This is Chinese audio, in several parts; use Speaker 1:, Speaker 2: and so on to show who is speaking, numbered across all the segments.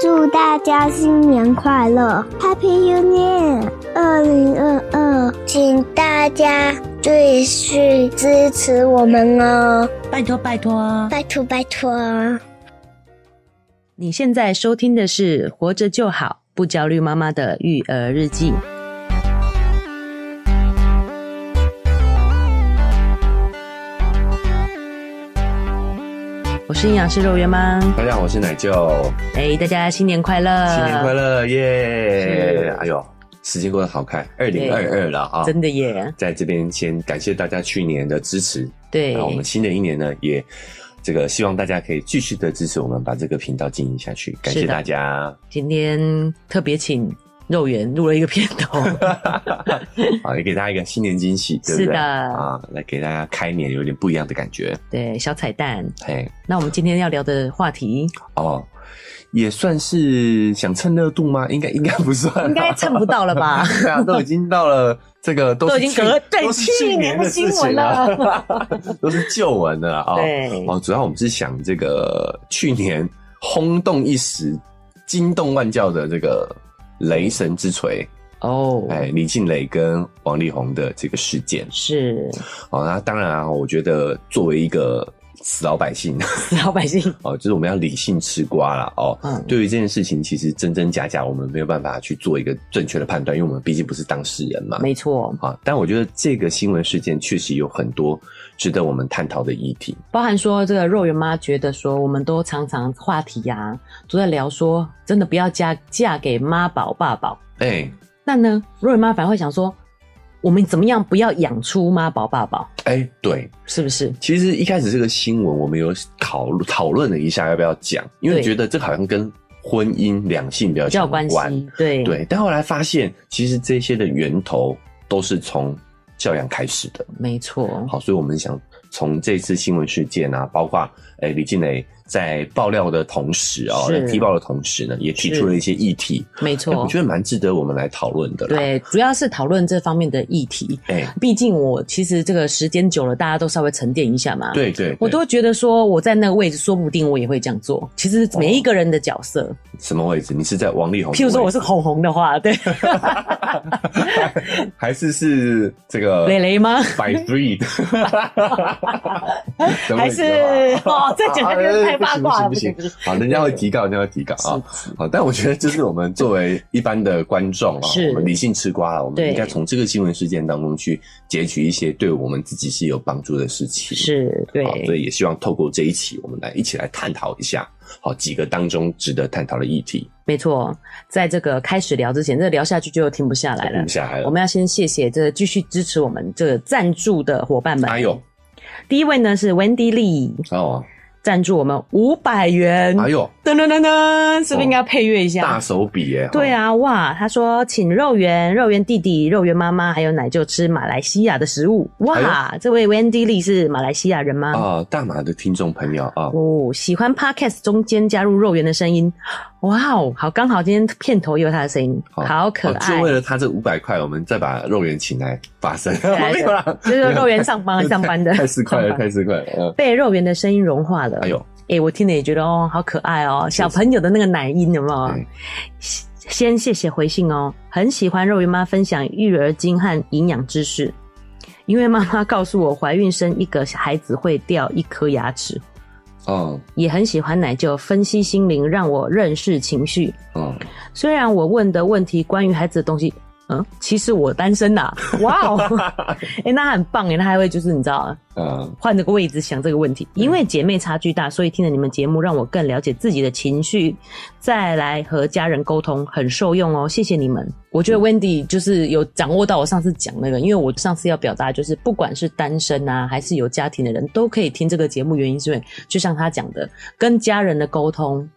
Speaker 1: 祝大家新年快乐，Happy New Year！二零二二，请大家继续支持我们哦，
Speaker 2: 拜托拜托，
Speaker 1: 拜托拜托！
Speaker 2: 你现在收听的是《活着就好，不焦虑妈妈的育儿日记》。我是营养师肉圆妈，
Speaker 3: 大家好，我是奶舅，
Speaker 2: 哎、大家新年快乐！
Speaker 3: 新年快！乐耶
Speaker 2: 呃是！
Speaker 3: 哎呦，时间过得好快，二零二二了啊！
Speaker 2: 真的耶，
Speaker 3: 在这边先感谢大家去年的支持，
Speaker 2: 对，
Speaker 3: 那我们新的一年呢，也这个希望大家可以继续的支持我们，把这个频道经营下去，感
Speaker 2: 是
Speaker 3: 谢
Speaker 2: 的
Speaker 3: 大家。
Speaker 2: 今天特别请肉圆录了一个片 头，
Speaker 3: 啊，也给大家一个新年惊喜，对不对？
Speaker 2: 是的
Speaker 3: 啊，来给大家开年有点不一样的感觉。
Speaker 2: 对，小彩蛋。
Speaker 3: 嘿，
Speaker 2: 那我们今天要聊的话 题，
Speaker 3: 哦，也算是想蹭热度吗？应该应该不算啊，
Speaker 2: 应该蹭不到了吧
Speaker 3: 对啊，都已经到了 这个都
Speaker 2: 都
Speaker 3: 是
Speaker 2: 已经
Speaker 3: 去
Speaker 2: 隔对
Speaker 3: 都是
Speaker 2: 去
Speaker 3: 去
Speaker 2: 年
Speaker 3: 年
Speaker 2: 的
Speaker 3: 的
Speaker 2: 新
Speaker 3: 事情啊
Speaker 2: 闻
Speaker 3: 了， 都是旧闻了啊。
Speaker 2: 对
Speaker 3: 哦，主要我们是想这个去年轰动一时、惊动万教的这个《雷神之锤》，
Speaker 2: 哦，
Speaker 3: 哎，李静蕾跟王力宏的这个事件。
Speaker 2: 是
Speaker 3: 哦，那当然啊，我觉得作为一个死老百姓，
Speaker 2: 死老百姓，
Speaker 3: 哦，就是我们要理性吃瓜啦。哦。
Speaker 2: 嗯，
Speaker 3: 对于这件事情，其实真真假假，我们没有办法去做一个正确的判断，因为我们毕竟不是当事人嘛。
Speaker 2: 没错，
Speaker 3: 啊，但我觉得这个新闻事件确实有很多值得我们探讨的议题。
Speaker 2: 包含说这个肉圆妈觉得说，我们都常常话题呀、都在聊说，真的不要嫁嫁给妈宝爸宝。
Speaker 3: 哎、
Speaker 2: 那呢，肉圆妈反而会想说，我们怎么样不要养出妈宝爸宝，
Speaker 3: 哎、对，
Speaker 2: 是不是？
Speaker 3: 其实一开始这个新闻我们有讨论讨论了一下要不要讲，因为
Speaker 2: 对
Speaker 3: 觉得这好像跟婚姻两性比较
Speaker 2: 比较有
Speaker 3: 相
Speaker 2: 关系，对
Speaker 3: 对，但后来发现其实这些的源头都是从教养开始的。
Speaker 2: 没错，
Speaker 3: 好，所以我们想从这次新闻事件啊，包括诶、李静蕾在爆料的同时哦，
Speaker 2: 是
Speaker 3: 踢爆的同时呢，也提出了一些议题，
Speaker 2: 没
Speaker 3: 哎
Speaker 2: 错
Speaker 3: 我，觉得蛮值得我们来讨论的啦。，
Speaker 2: 对，主要是讨论这方面的议题。
Speaker 3: 哎、
Speaker 2: 毕竟我其实这个时间久了，大家都稍微沉淀一下嘛。。
Speaker 3: 对对对
Speaker 2: 我都觉得说，我在那个位置，说不定我也会这样做。其实
Speaker 3: 哦
Speaker 2: 每一个人的角色，
Speaker 3: 什么位置？你哦是呃在王力宏的位置？
Speaker 2: 譬如说我是口红的话，对，
Speaker 3: 还是是这个
Speaker 2: 蕾蕾吗？
Speaker 3: By Three 的
Speaker 2: 还
Speaker 3: 位置
Speaker 2: 是
Speaker 3: 的话？
Speaker 2: 哦，再讲下去太八卦了，
Speaker 3: 啊哎不行不
Speaker 2: 不
Speaker 3: 行，好，人家会提告，人家会提告啊。好，但我觉得这是我们作为一般的观众啊，
Speaker 2: 是
Speaker 3: 我们理性吃瓜了，我们
Speaker 2: 对
Speaker 3: 应该从这个新闻事件当中去截取一些对我们自己是有帮助的事情。，
Speaker 2: 是，
Speaker 3: 好，所
Speaker 2: 对，
Speaker 3: 以也希望透过这一期，我们来一起来探讨一下，好几个当中值得探讨的议题。
Speaker 2: 没错。在这个开始聊之前，这聊下去就停不下来
Speaker 3: 停
Speaker 2: 了
Speaker 3: 不。下来
Speaker 2: 我
Speaker 3: 了，
Speaker 2: 们要先谢谢这个继续支持我们这个赞助的伙伴们。
Speaker 3: 哎呦，
Speaker 2: 第一位呢是 Wendy Lee，
Speaker 3: 哦，
Speaker 2: 赞助我们五百元。
Speaker 3: 哎呦，哦
Speaker 2: 噔噔噔噔，是不是应该配乐一下？
Speaker 3: 大手笔耶！哦
Speaker 2: 对啊，哇！他说请肉圆、肉圆弟弟、肉圆妈妈还有奶舅吃马来西亚的食物。哇，这位 Wendy Lee 是马来西亚人吗？
Speaker 3: 哦，哎啊，大马的听众朋友啊，
Speaker 2: 哦，喜欢 podcast 中间加入肉圆的声音，哇哦，好，刚好今天片头也有他的声音，
Speaker 3: 好
Speaker 2: 好可
Speaker 3: 哦就
Speaker 2: 爱。
Speaker 3: 为了他这五百块，我们再把肉圆请来发 声，
Speaker 2: 来
Speaker 3: 没有啦，
Speaker 2: 就是肉圆上 班上班的
Speaker 3: 太市侩
Speaker 2: 上
Speaker 3: 了，
Speaker 2: 班
Speaker 3: 太市侩了。嗯
Speaker 2: 被肉圆的声音融化了。
Speaker 3: 哎呦，
Speaker 2: 诶我听了也觉得哦，好可爱哦，小朋友的那个奶音有没有
Speaker 3: 对？
Speaker 2: 先谢谢回信哦，很喜欢肉圆妈分享育儿经和营养知识，因为妈妈告诉我怀孕生一个孩子会掉一颗牙齿，
Speaker 3: 哦，
Speaker 2: 也很喜欢奶舅分析心灵，让我认识情绪。
Speaker 3: 哦，
Speaker 2: 虽然我问的问题关于孩子的东西，嗯，其实我单身呐、哇哦，哎、那很棒哎，那还会就是你知道
Speaker 3: 嗯，
Speaker 2: 换这个位置想这个问题，因为姐妹差距大，所以听了你们节目让我更了解自己的情绪，再来和家人沟通很受用哦，谢谢你们。我觉得 Wendy 就是有掌握到我上次讲那个，因为我上次要表达就是不管是单身啊还是有家庭的人都可以听这个节目，原因是因为就像他讲的，跟家人的沟通。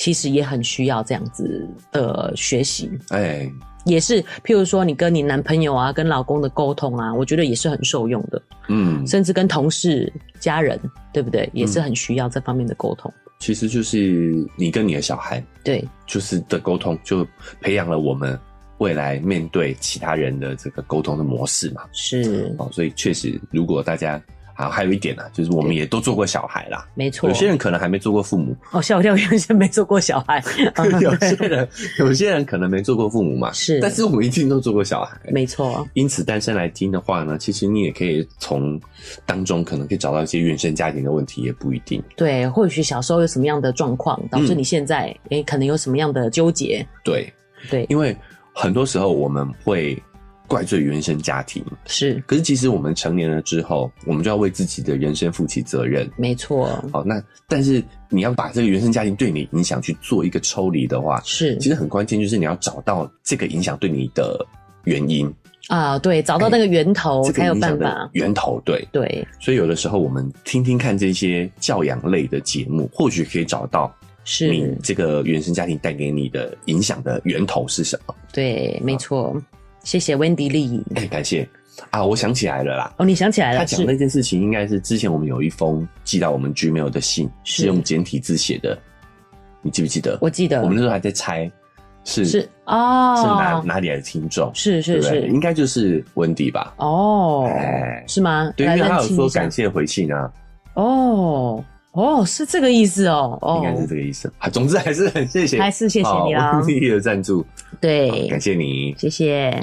Speaker 2: 其实也很需要这样子的学习，
Speaker 3: 哎，
Speaker 2: 也是，譬如说你跟你男朋友啊、跟老公的沟通啊，我觉得也是很受用的。
Speaker 3: 嗯，
Speaker 2: 甚至跟同事、家人，对不对？也是很需要这方面的沟通。
Speaker 3: 其实就是你跟你的小孩
Speaker 2: 对，
Speaker 3: 就是的沟通，就培养了我们未来面对其他人的这个沟通的模式嘛。
Speaker 2: 是，
Speaker 3: 嗯哦，所以确实，如果大家好，还有一点啊，就是我们也都做过小孩啦，
Speaker 2: 没错
Speaker 3: 有。些人可能还没做过父母，
Speaker 2: 哦，吓我一跳，有些没做过小孩，
Speaker 3: 有些人有些人可能没做过父母嘛，
Speaker 2: 是
Speaker 3: 但是我们一定都做过小孩，
Speaker 2: 没错，
Speaker 3: 因此，单身来听的话呢，其实你也可以从当中可能可以找到一些原生家庭的问题，也不一定。
Speaker 2: 对，或许小时候有什么样的状况，导致你现在诶、可能有什么样的纠结，
Speaker 3: 对，
Speaker 2: 对，
Speaker 3: 因为很多时候我们会怪罪原生家庭，
Speaker 2: 是
Speaker 3: 可是其实我们成年了之后，我们就要为自己的人生负起责任。
Speaker 2: 没错，
Speaker 3: 好，那但是你要把这个原生家庭对你的影响去做一个抽离的话，
Speaker 2: 是
Speaker 3: 其实很关键就是你要找到这个影响对你的原因，
Speaker 2: 啊、对，找到那个源头
Speaker 3: 哦这个
Speaker 2: 才有
Speaker 3: 影响
Speaker 2: 办
Speaker 3: 的
Speaker 2: 法，
Speaker 3: 源头。对，
Speaker 2: 对，
Speaker 3: 所以有的时候我们听听看这些教养类的节目，或许可以找到你
Speaker 2: 是，
Speaker 3: 这个原生家庭带给你的影响的源头是什么。
Speaker 2: 对，没错。谢谢 Wendy 丽颖。
Speaker 3: 哎、感谢啊！我想起来了啦。
Speaker 2: 哦，你想起来
Speaker 3: 他
Speaker 2: 了，
Speaker 3: 讲那
Speaker 2: 是
Speaker 3: 件事情，应该是之前我们有一封寄到我们 Gmail 的信，
Speaker 2: 是
Speaker 3: 是用简体字写的，你记不记得？
Speaker 2: 我记得
Speaker 3: 我们那时候还在猜是
Speaker 2: 是
Speaker 3: 是哪
Speaker 2: 哦，
Speaker 3: 哪里来的听众，
Speaker 2: 是
Speaker 3: 对
Speaker 2: 是
Speaker 3: 不对？应
Speaker 2: 是，
Speaker 3: 该就是温迪吧？
Speaker 2: 哦，
Speaker 3: 哎
Speaker 2: 是吗？
Speaker 3: 对，因
Speaker 2: 来
Speaker 3: 为他
Speaker 2: 认
Speaker 3: 有
Speaker 2: 清
Speaker 3: 说
Speaker 2: 一下
Speaker 3: 感谢回信啊，
Speaker 2: 哦哦，是这个意思哦
Speaker 3: 应
Speaker 2: 哦，
Speaker 3: 该是这个意思。啊，总之还是很谢谢，
Speaker 2: 还是谢谢你
Speaker 3: 啊
Speaker 2: 啦
Speaker 3: 温迪的赞助，好
Speaker 2: 对
Speaker 3: 感，谢你，
Speaker 2: 谢谢。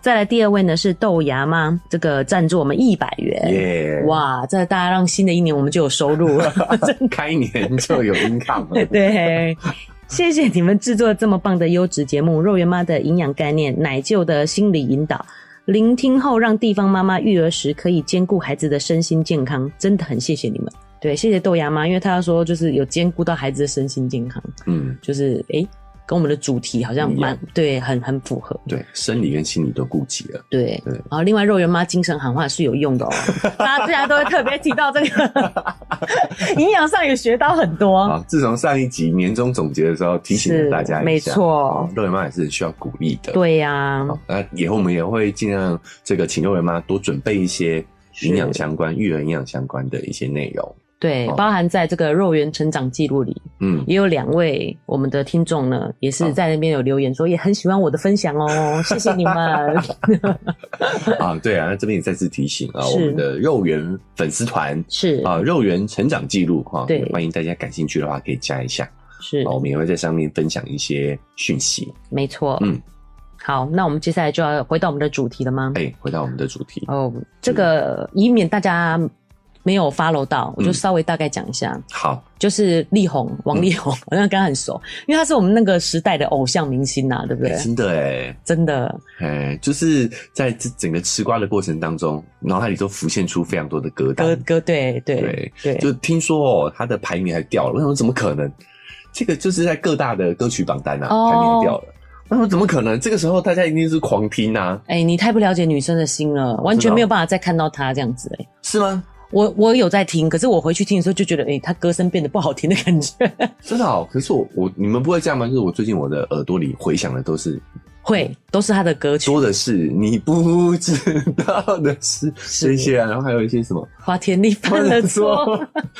Speaker 2: 再来第二位呢是豆芽妈，这个赞助我们一百元，
Speaker 3: 耶！
Speaker 2: 哇，这大家让新的一年我们就有收入了，
Speaker 3: 开年就有 income 了。
Speaker 2: 对，谢谢你们制作这么棒的优质节目，肉圆妈的营养概念，奶舅的心理引导，聆听后让地方妈妈育儿时可以兼顾孩子的身心健康，真的很谢谢你们。对，谢谢豆芽妈，因为她说就是有兼顾到孩子的身心健康，
Speaker 3: 嗯，
Speaker 2: 就是诶、跟我们的主题好像
Speaker 3: 一样
Speaker 2: 蛮对，很很符合。
Speaker 3: 对，生理跟心理都顾及了。
Speaker 2: 对，
Speaker 3: 对
Speaker 2: 然后另外肉圆妈精神喊话是有用的哦， 大家大家都会特别提到这 个，营养上也学到很多。
Speaker 3: 啊，自从上一集年终总结的时候提醒了大
Speaker 2: 哦
Speaker 3: 家一下，
Speaker 2: 是没错
Speaker 3: 哦，肉圆妈也是需要鼓励的。，
Speaker 2: 对呀、
Speaker 3: 好，那以后我们也会尽量这个请肉圆妈多准备一些营养
Speaker 2: 是
Speaker 3: 相关、育儿营养相关的一些内容。
Speaker 2: 对，
Speaker 3: 哦
Speaker 2: 包含在这个肉圆成长记录里，
Speaker 3: 嗯，
Speaker 2: 也有两位我们的听众呢，也是在那边有留言说，也很喜欢我的分享 哦，谢谢你们。
Speaker 3: 啊，对啊，那这边也再次提醒啊，
Speaker 2: 是
Speaker 3: 我们的肉圆粉丝团
Speaker 2: 是
Speaker 3: 啊，肉圆成长记录哈，
Speaker 2: 对
Speaker 3: 欢迎大家感兴趣的话可以加一下，
Speaker 2: 是
Speaker 3: 啊，，我们也会在上面分享一些讯息。
Speaker 2: 没错。
Speaker 3: 嗯，
Speaker 2: 好，那我们接下来就要回到我们的主题了吗？
Speaker 3: 哎、回到我们的主题，
Speaker 2: 哦，这个以免大家没有 follow 到，我就
Speaker 3: 嗯
Speaker 2: 稍微大概讲一下。
Speaker 3: 好，
Speaker 2: 就是力宏，王力
Speaker 3: 嗯
Speaker 2: 宏，好像跟他很熟，因为他是我们那个时代的偶像明星啊呐、对不对？
Speaker 3: 哎真的哎。
Speaker 2: 真的，
Speaker 3: 哎，就是在这整个吃瓜的过程当中，脑海里都浮现出非常多的歌单
Speaker 2: 歌。歌对对
Speaker 3: 对
Speaker 2: 对，
Speaker 3: 就听说哦，他的排名还掉了，我想说怎么可能？这个就是在各大的歌曲榜单啊，
Speaker 2: 哦
Speaker 3: 排名还掉了。我想说怎么可能？这个时候大家一定是狂听啊，
Speaker 2: 哎、你太不了解女生的心了，完全没有办法再看到她这样子、哎，
Speaker 3: 是吗？
Speaker 2: 我我有在听，可是我回去听的时候就觉得，哎、她歌声变得不好听的感觉。
Speaker 3: 真的哦，可是我我你们不会这样吗？就是我最近我的耳朵里回响的都是
Speaker 2: 会，都是她的歌曲，
Speaker 3: 多的是你不知道的事
Speaker 2: 是
Speaker 3: 这些啊，然后还有一些什么
Speaker 2: 花田丽犯 了错，，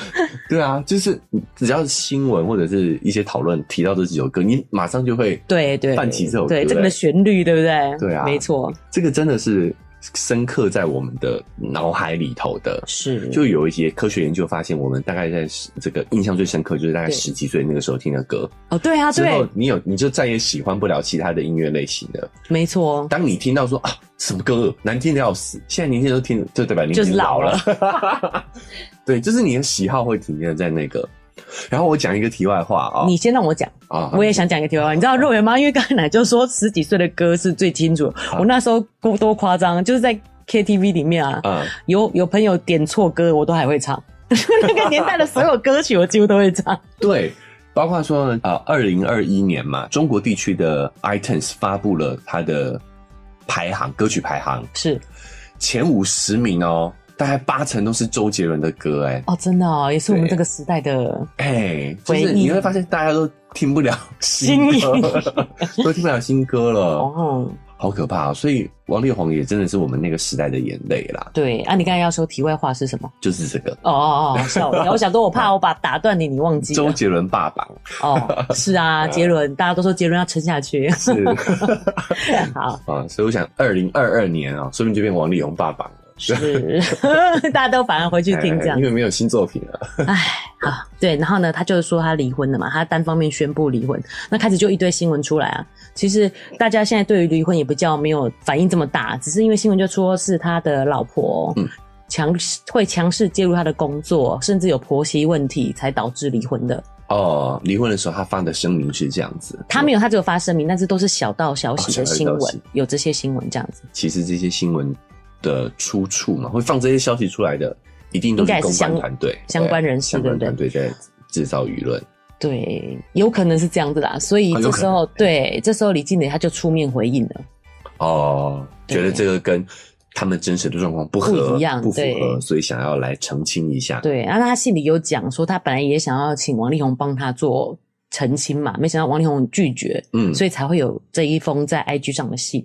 Speaker 3: 对啊，就是只要新闻或者是一些讨论提到这几首歌，你马上就会
Speaker 2: 对对，
Speaker 3: 泛起这首歌，
Speaker 2: 对这个的旋律，对不对？
Speaker 3: 对啊
Speaker 2: 没错，
Speaker 3: 这个真的是深刻在我们的脑海里头的。
Speaker 2: 是
Speaker 3: 就有一些科学研究发现，我们大概在十这个印象最深刻就是大概
Speaker 2: 对
Speaker 3: 十几岁那个时候听的歌，
Speaker 2: 哦，对啊，
Speaker 3: 之后
Speaker 2: 对，
Speaker 3: 你有你就再也喜欢不了其他的音乐类型了。
Speaker 2: 没错，
Speaker 3: 当你听到说啊什么歌难听的要死，现在年轻人都听，就对吧？你已经
Speaker 2: 就是老了
Speaker 3: 了 对，就是你的喜好会停留在那个。然后我讲一个题外话啊、
Speaker 2: 你先让我讲。
Speaker 3: 啊，
Speaker 2: 我也想讲一个题外话，你知道肉圆妈，因为刚才奶就说十几岁的歌是最清楚，我那时候多多夸张，就是在 KTV 里面啊，
Speaker 3: 啊、
Speaker 2: 有有朋友点错歌，我都还会唱。 那个年代的所有歌曲，我几乎都会唱。
Speaker 3: 对，包括说啊，二零二一年嘛，中国地区的 iTunes 发布了它的排行歌曲排行
Speaker 2: 是
Speaker 3: 前五十名哦，大概八成都是周杰伦的歌、哎
Speaker 2: 哦，真的哦，也是我们
Speaker 3: 对
Speaker 2: 这个时代的
Speaker 3: 哎、就是
Speaker 2: 回忆
Speaker 3: 你会发现大家都听不了新
Speaker 2: 新
Speaker 3: 歌， 都听不了新歌了。
Speaker 2: 哦。
Speaker 3: 好可怕、哦！所以王力宏也真的是我们那个时代的眼泪啦，
Speaker 2: 对啊，你刚才要说题外话是什么？
Speaker 3: 就是这个
Speaker 2: 哦哦哦，笑我！我想说，我怕我把打断你，你忘记
Speaker 3: 周
Speaker 2: 了。
Speaker 3: 杰伦爸爸
Speaker 2: 哦，是啊，杰伦，大家都说杰伦要撑下去。
Speaker 3: 是
Speaker 2: 好，
Speaker 3: 啊，所以我想二零二二年啊、说不定就变王力宏爸爸了。 哎
Speaker 2: 是，大家都反而回去听这样
Speaker 3: 因。为没有新作品啊。
Speaker 2: 好，对，然后呢，他就说他离婚了嘛，他单方面宣布离婚，那开始就一堆新闻出来啊。其实大家现在对于离婚也比较没有反应这么大，只是因为新闻就说是他的老婆
Speaker 3: 嗯
Speaker 2: 强势会强势介入他的工作，甚至有婆媳问题才导致离婚的。
Speaker 3: 哦，离婚的时候他发的声明是这样子，
Speaker 2: 他没有，他只有发声明，但是都是小道消息
Speaker 3: 哦小
Speaker 2: 的
Speaker 3: 道
Speaker 2: 新
Speaker 3: 消
Speaker 2: 闻
Speaker 3: 息，
Speaker 2: 有这些新闻这样子，
Speaker 3: 其实这些新闻的出处嘛，会放这些消息出来的，一定都
Speaker 2: 应该
Speaker 3: 是
Speaker 2: 也是
Speaker 3: 公
Speaker 2: 相
Speaker 3: 关团队、
Speaker 2: 相关人士
Speaker 3: 相关
Speaker 2: 对
Speaker 3: 团
Speaker 2: 不
Speaker 3: 队在制造舆论。
Speaker 2: 对，有可能是这样子啦。所以
Speaker 3: 哦有
Speaker 2: 这
Speaker 3: 可
Speaker 2: 时候，对，这时候李静蕾他就出面回应了。
Speaker 3: 哦，
Speaker 2: 对
Speaker 3: 觉得这个跟他们真实的状况不合，
Speaker 2: 不一样
Speaker 3: 符合，
Speaker 2: 对
Speaker 3: 所以想要来澄清一 下。
Speaker 2: 对，啊，那他信里有讲说，他本来也想要请王力宏帮他做澄清嘛，没想到王力宏拒绝，
Speaker 3: 嗯，
Speaker 2: 所以才会有这一封在 IG 上的信。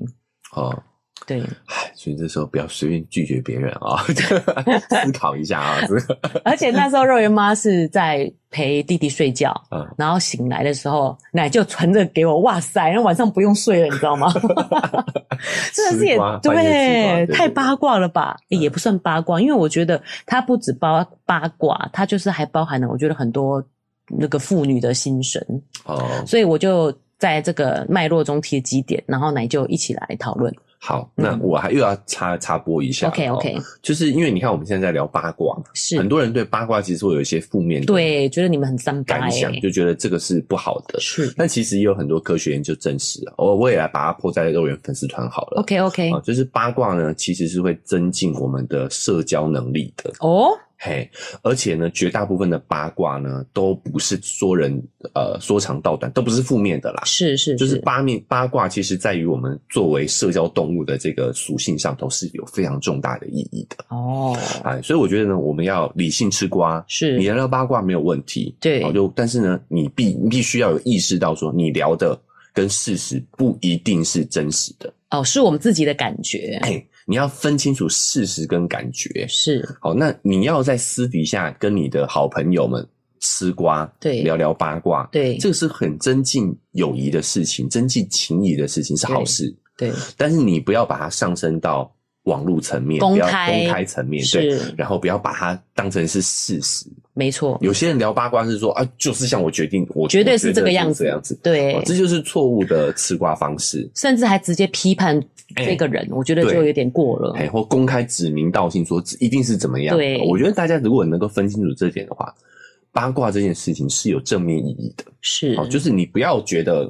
Speaker 3: 哦，
Speaker 2: 对，
Speaker 3: 唉所以这时候不要随便拒绝别人啊、 思考一下啊、思考
Speaker 2: 而且那时候肉圆妈是在陪弟弟睡觉，
Speaker 3: 嗯
Speaker 2: 然后醒来的时候，奶就传着给我，哇塞，那晚上不用睡了，你知道吗？ 真的是也
Speaker 3: 吃瓜半夜吃瓜
Speaker 2: 对
Speaker 3: 对，嗯对
Speaker 2: 太八卦了吧？诶也不算八卦，因为我觉得它不止包八卦，它就是还包含了我觉得很多那个妇女的心声。
Speaker 3: 哦。
Speaker 2: 所以我就在这个脉络中提了几点，然后奶就一起来讨论。
Speaker 3: 好，那
Speaker 2: 嗯
Speaker 3: 我还又要插插播一下哦、
Speaker 2: OK OK，
Speaker 3: 就是因为你看我们现在在聊八卦嘛，
Speaker 2: 是
Speaker 3: 很多人对八卦其实会有一些负面的
Speaker 2: 对，觉得你们很三八
Speaker 3: 感
Speaker 2: 哎、
Speaker 3: 想，就觉得这个是不好的。
Speaker 2: 是
Speaker 3: 但其实也有很多科学研究证实，我我也来把它破在肉圆粉丝团好了。
Speaker 2: OK OK
Speaker 3: 啊，就是八卦呢，其实是会增进我们的社交能力的。
Speaker 2: 哦，
Speaker 3: 嘿，而且呢，绝大部分的八卦呢，都不是说人呃说长道短，都不是负面的啦。
Speaker 2: 是是
Speaker 3: 就是
Speaker 2: 是
Speaker 3: 八面八卦，其实在于我们作为社交动物的这个属性上，都是有非常重大的意义的。
Speaker 2: 哦，
Speaker 3: 哎，所以我觉得呢，我们要理性吃瓜，
Speaker 2: 是
Speaker 3: 你聊聊八卦没有问题，
Speaker 2: 对
Speaker 3: 好就但是呢，你必你必须要有意识到说，你聊的跟事实不一定是真实的，
Speaker 2: 哦，是我们自己的感觉，
Speaker 3: 哎，你要分清楚事实跟感觉。
Speaker 2: 是
Speaker 3: 好，那你要在私底下跟你的好朋友们吃瓜，
Speaker 2: 对
Speaker 3: 聊聊八卦，
Speaker 2: 对
Speaker 3: 这个是很增进友谊的事情，增进情谊的事情是好事，
Speaker 2: 对，
Speaker 3: 但是你不要把它上升到网络层面，
Speaker 2: 公
Speaker 3: 不要
Speaker 2: 开
Speaker 3: 公开层面，对。
Speaker 2: 是
Speaker 3: 然后不要把它当成是事实。
Speaker 2: 没错，
Speaker 3: 有些人聊八卦是说啊，就是像我决定，我
Speaker 2: 绝对
Speaker 3: 我
Speaker 2: 是
Speaker 3: 觉得
Speaker 2: 这个样
Speaker 3: 就
Speaker 2: 子
Speaker 3: 是这样子，
Speaker 2: 对
Speaker 3: 哦，这就是错误的吃瓜方式。
Speaker 2: 甚至还直接批判
Speaker 3: 哎
Speaker 2: 这个人，我觉得就
Speaker 3: 对
Speaker 2: 有点过了，
Speaker 3: 哎，或公开指名道姓说一定是怎么样。
Speaker 2: 嗯对
Speaker 3: 我觉得大家如果能够分清楚这点的话，八卦这件事情是有正面意义的。
Speaker 2: 是
Speaker 3: 哦，就是你不要觉得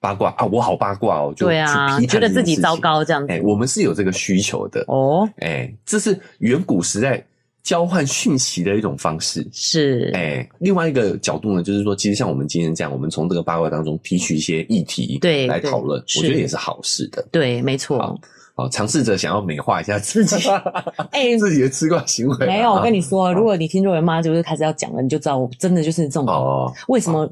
Speaker 3: 八卦啊，我好八卦哦，就
Speaker 2: 对啊，
Speaker 3: 去批判
Speaker 2: 觉得
Speaker 3: 这
Speaker 2: 自
Speaker 3: 件
Speaker 2: 己
Speaker 3: 事情
Speaker 2: 糟。糕这样子
Speaker 3: 哎，，我们是有这个需求的。
Speaker 2: 哦，
Speaker 3: 哎，这是远古时代交换讯息的一种方式。
Speaker 2: 是
Speaker 3: 哎，另外一个角度呢，就是说，其实像我们今天这样，我们从这个八卦当中提取一些议题，
Speaker 2: 对
Speaker 3: 来
Speaker 2: 对
Speaker 3: 讨论，
Speaker 2: 是
Speaker 3: 我觉得也是好事的。
Speaker 2: 对，没
Speaker 3: 好
Speaker 2: 错，
Speaker 3: 好，尝试着想要美化一下自 己，
Speaker 2: 哎、
Speaker 3: 自己的吃瓜行为啊。
Speaker 2: 没有，我跟你说，
Speaker 3: 啊
Speaker 2: 如果你听肉圆妈就是开始要讲了，你就知道我真的就是这种、
Speaker 3: 哦啊
Speaker 2: 为什么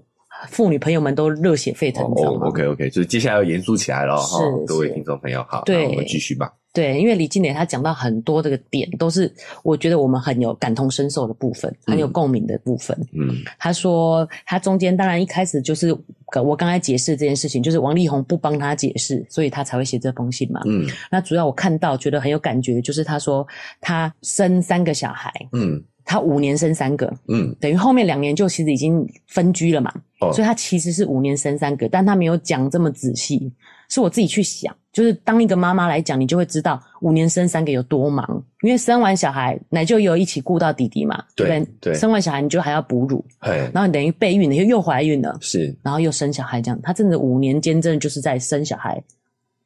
Speaker 2: 妇女朋友们都热血沸腾，
Speaker 3: 哦
Speaker 2: 你知道吗？
Speaker 3: ，OK OK，就是接下来要严肃起来了哈
Speaker 2: 是，
Speaker 3: 各位
Speaker 2: 是
Speaker 3: 听众朋友，好，
Speaker 2: 对
Speaker 3: 那我们继续吧。
Speaker 2: 对，因为李静蕾她讲到很多这个点，都是我觉得我们很有感同身受的部分，很有共鸣的部分。
Speaker 3: 嗯，
Speaker 2: 她说，她中间当然一开始就是我刚才解释这件事情，就是王力宏不帮她解释，所以她才会写这封信嘛。
Speaker 3: 嗯
Speaker 2: 那主要我看到觉得很有感觉，就是她说她生三个小孩，
Speaker 3: 嗯
Speaker 2: 她五年生三个，
Speaker 3: 嗯，
Speaker 2: 等于后面两年就其实已经分居了嘛，
Speaker 3: 哦
Speaker 2: 所以他其实是五年生三个，但他没有讲这么仔细，是我自己去想，就是当一个妈妈来讲，你就会知道五年生三个有多忙，因为生完小孩奶就有一起顾到弟弟嘛，
Speaker 3: 对
Speaker 2: 不
Speaker 3: 对
Speaker 2: 生完小孩你就还要哺乳，
Speaker 3: 嘿，
Speaker 2: 然后你等于备孕了又又怀孕了，
Speaker 3: 是
Speaker 2: 然后又生小孩这样，他真的五年间真的就是在生小孩、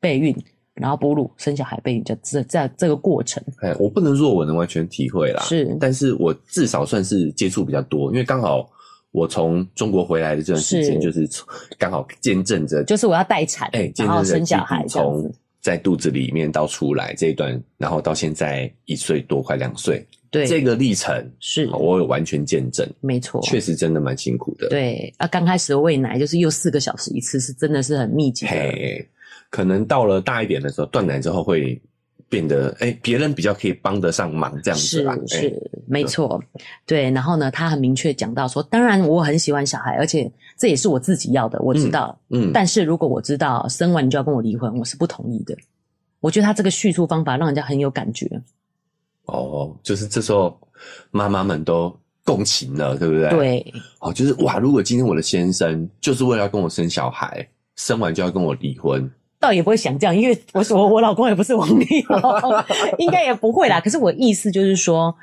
Speaker 2: 备孕，然后哺乳、生小孩、备孕，就这这这个过程
Speaker 3: 哎，我不能说我能完全体会啦，
Speaker 2: 是
Speaker 3: 但是我至少算是接触比较多，因为刚好我从中国回来的这段时间，
Speaker 2: 是
Speaker 3: 就是从刚好见证着，
Speaker 2: 就是我要待产，
Speaker 3: 哎，见
Speaker 2: 然后
Speaker 3: 证着
Speaker 2: 生
Speaker 3: 弟
Speaker 2: 小孩
Speaker 3: 弟
Speaker 2: 这样子
Speaker 3: 从。在肚子里面到出来这一段，然后到现在一岁多，快两岁，
Speaker 2: 对，
Speaker 3: 这个历程
Speaker 2: 是
Speaker 3: 我有完全见证，
Speaker 2: 没错，
Speaker 3: 确实真的蛮辛苦的。，
Speaker 2: 对啊，刚开始的喂奶就是又四个小时一次，是真的是很密集的。
Speaker 3: 嘿，可能到了大一点的时候，断奶之后会变得，哎，别人比较可以帮得上忙这样子
Speaker 2: 是
Speaker 3: 啦，哎
Speaker 2: 是，没错，对。然后呢，他很明确讲到说，当然我很喜欢小孩，而且这也是我自己要的，我知道。
Speaker 3: 嗯，
Speaker 2: 但是如果我知道生完你就要跟我离婚，我是不同意的。我觉得他这个叙述方法让人家很有感觉。
Speaker 3: 哦，就是这时候妈妈们都共情了，对不对？。
Speaker 2: 对，
Speaker 3: 哦，就是哇，如果今天我的先生就是为了要跟我生小孩，生完就要跟我离婚，
Speaker 2: 倒也不会想这样，因为我我我老公也不是王力 宏，应该也不会啦。可是我意思就是说，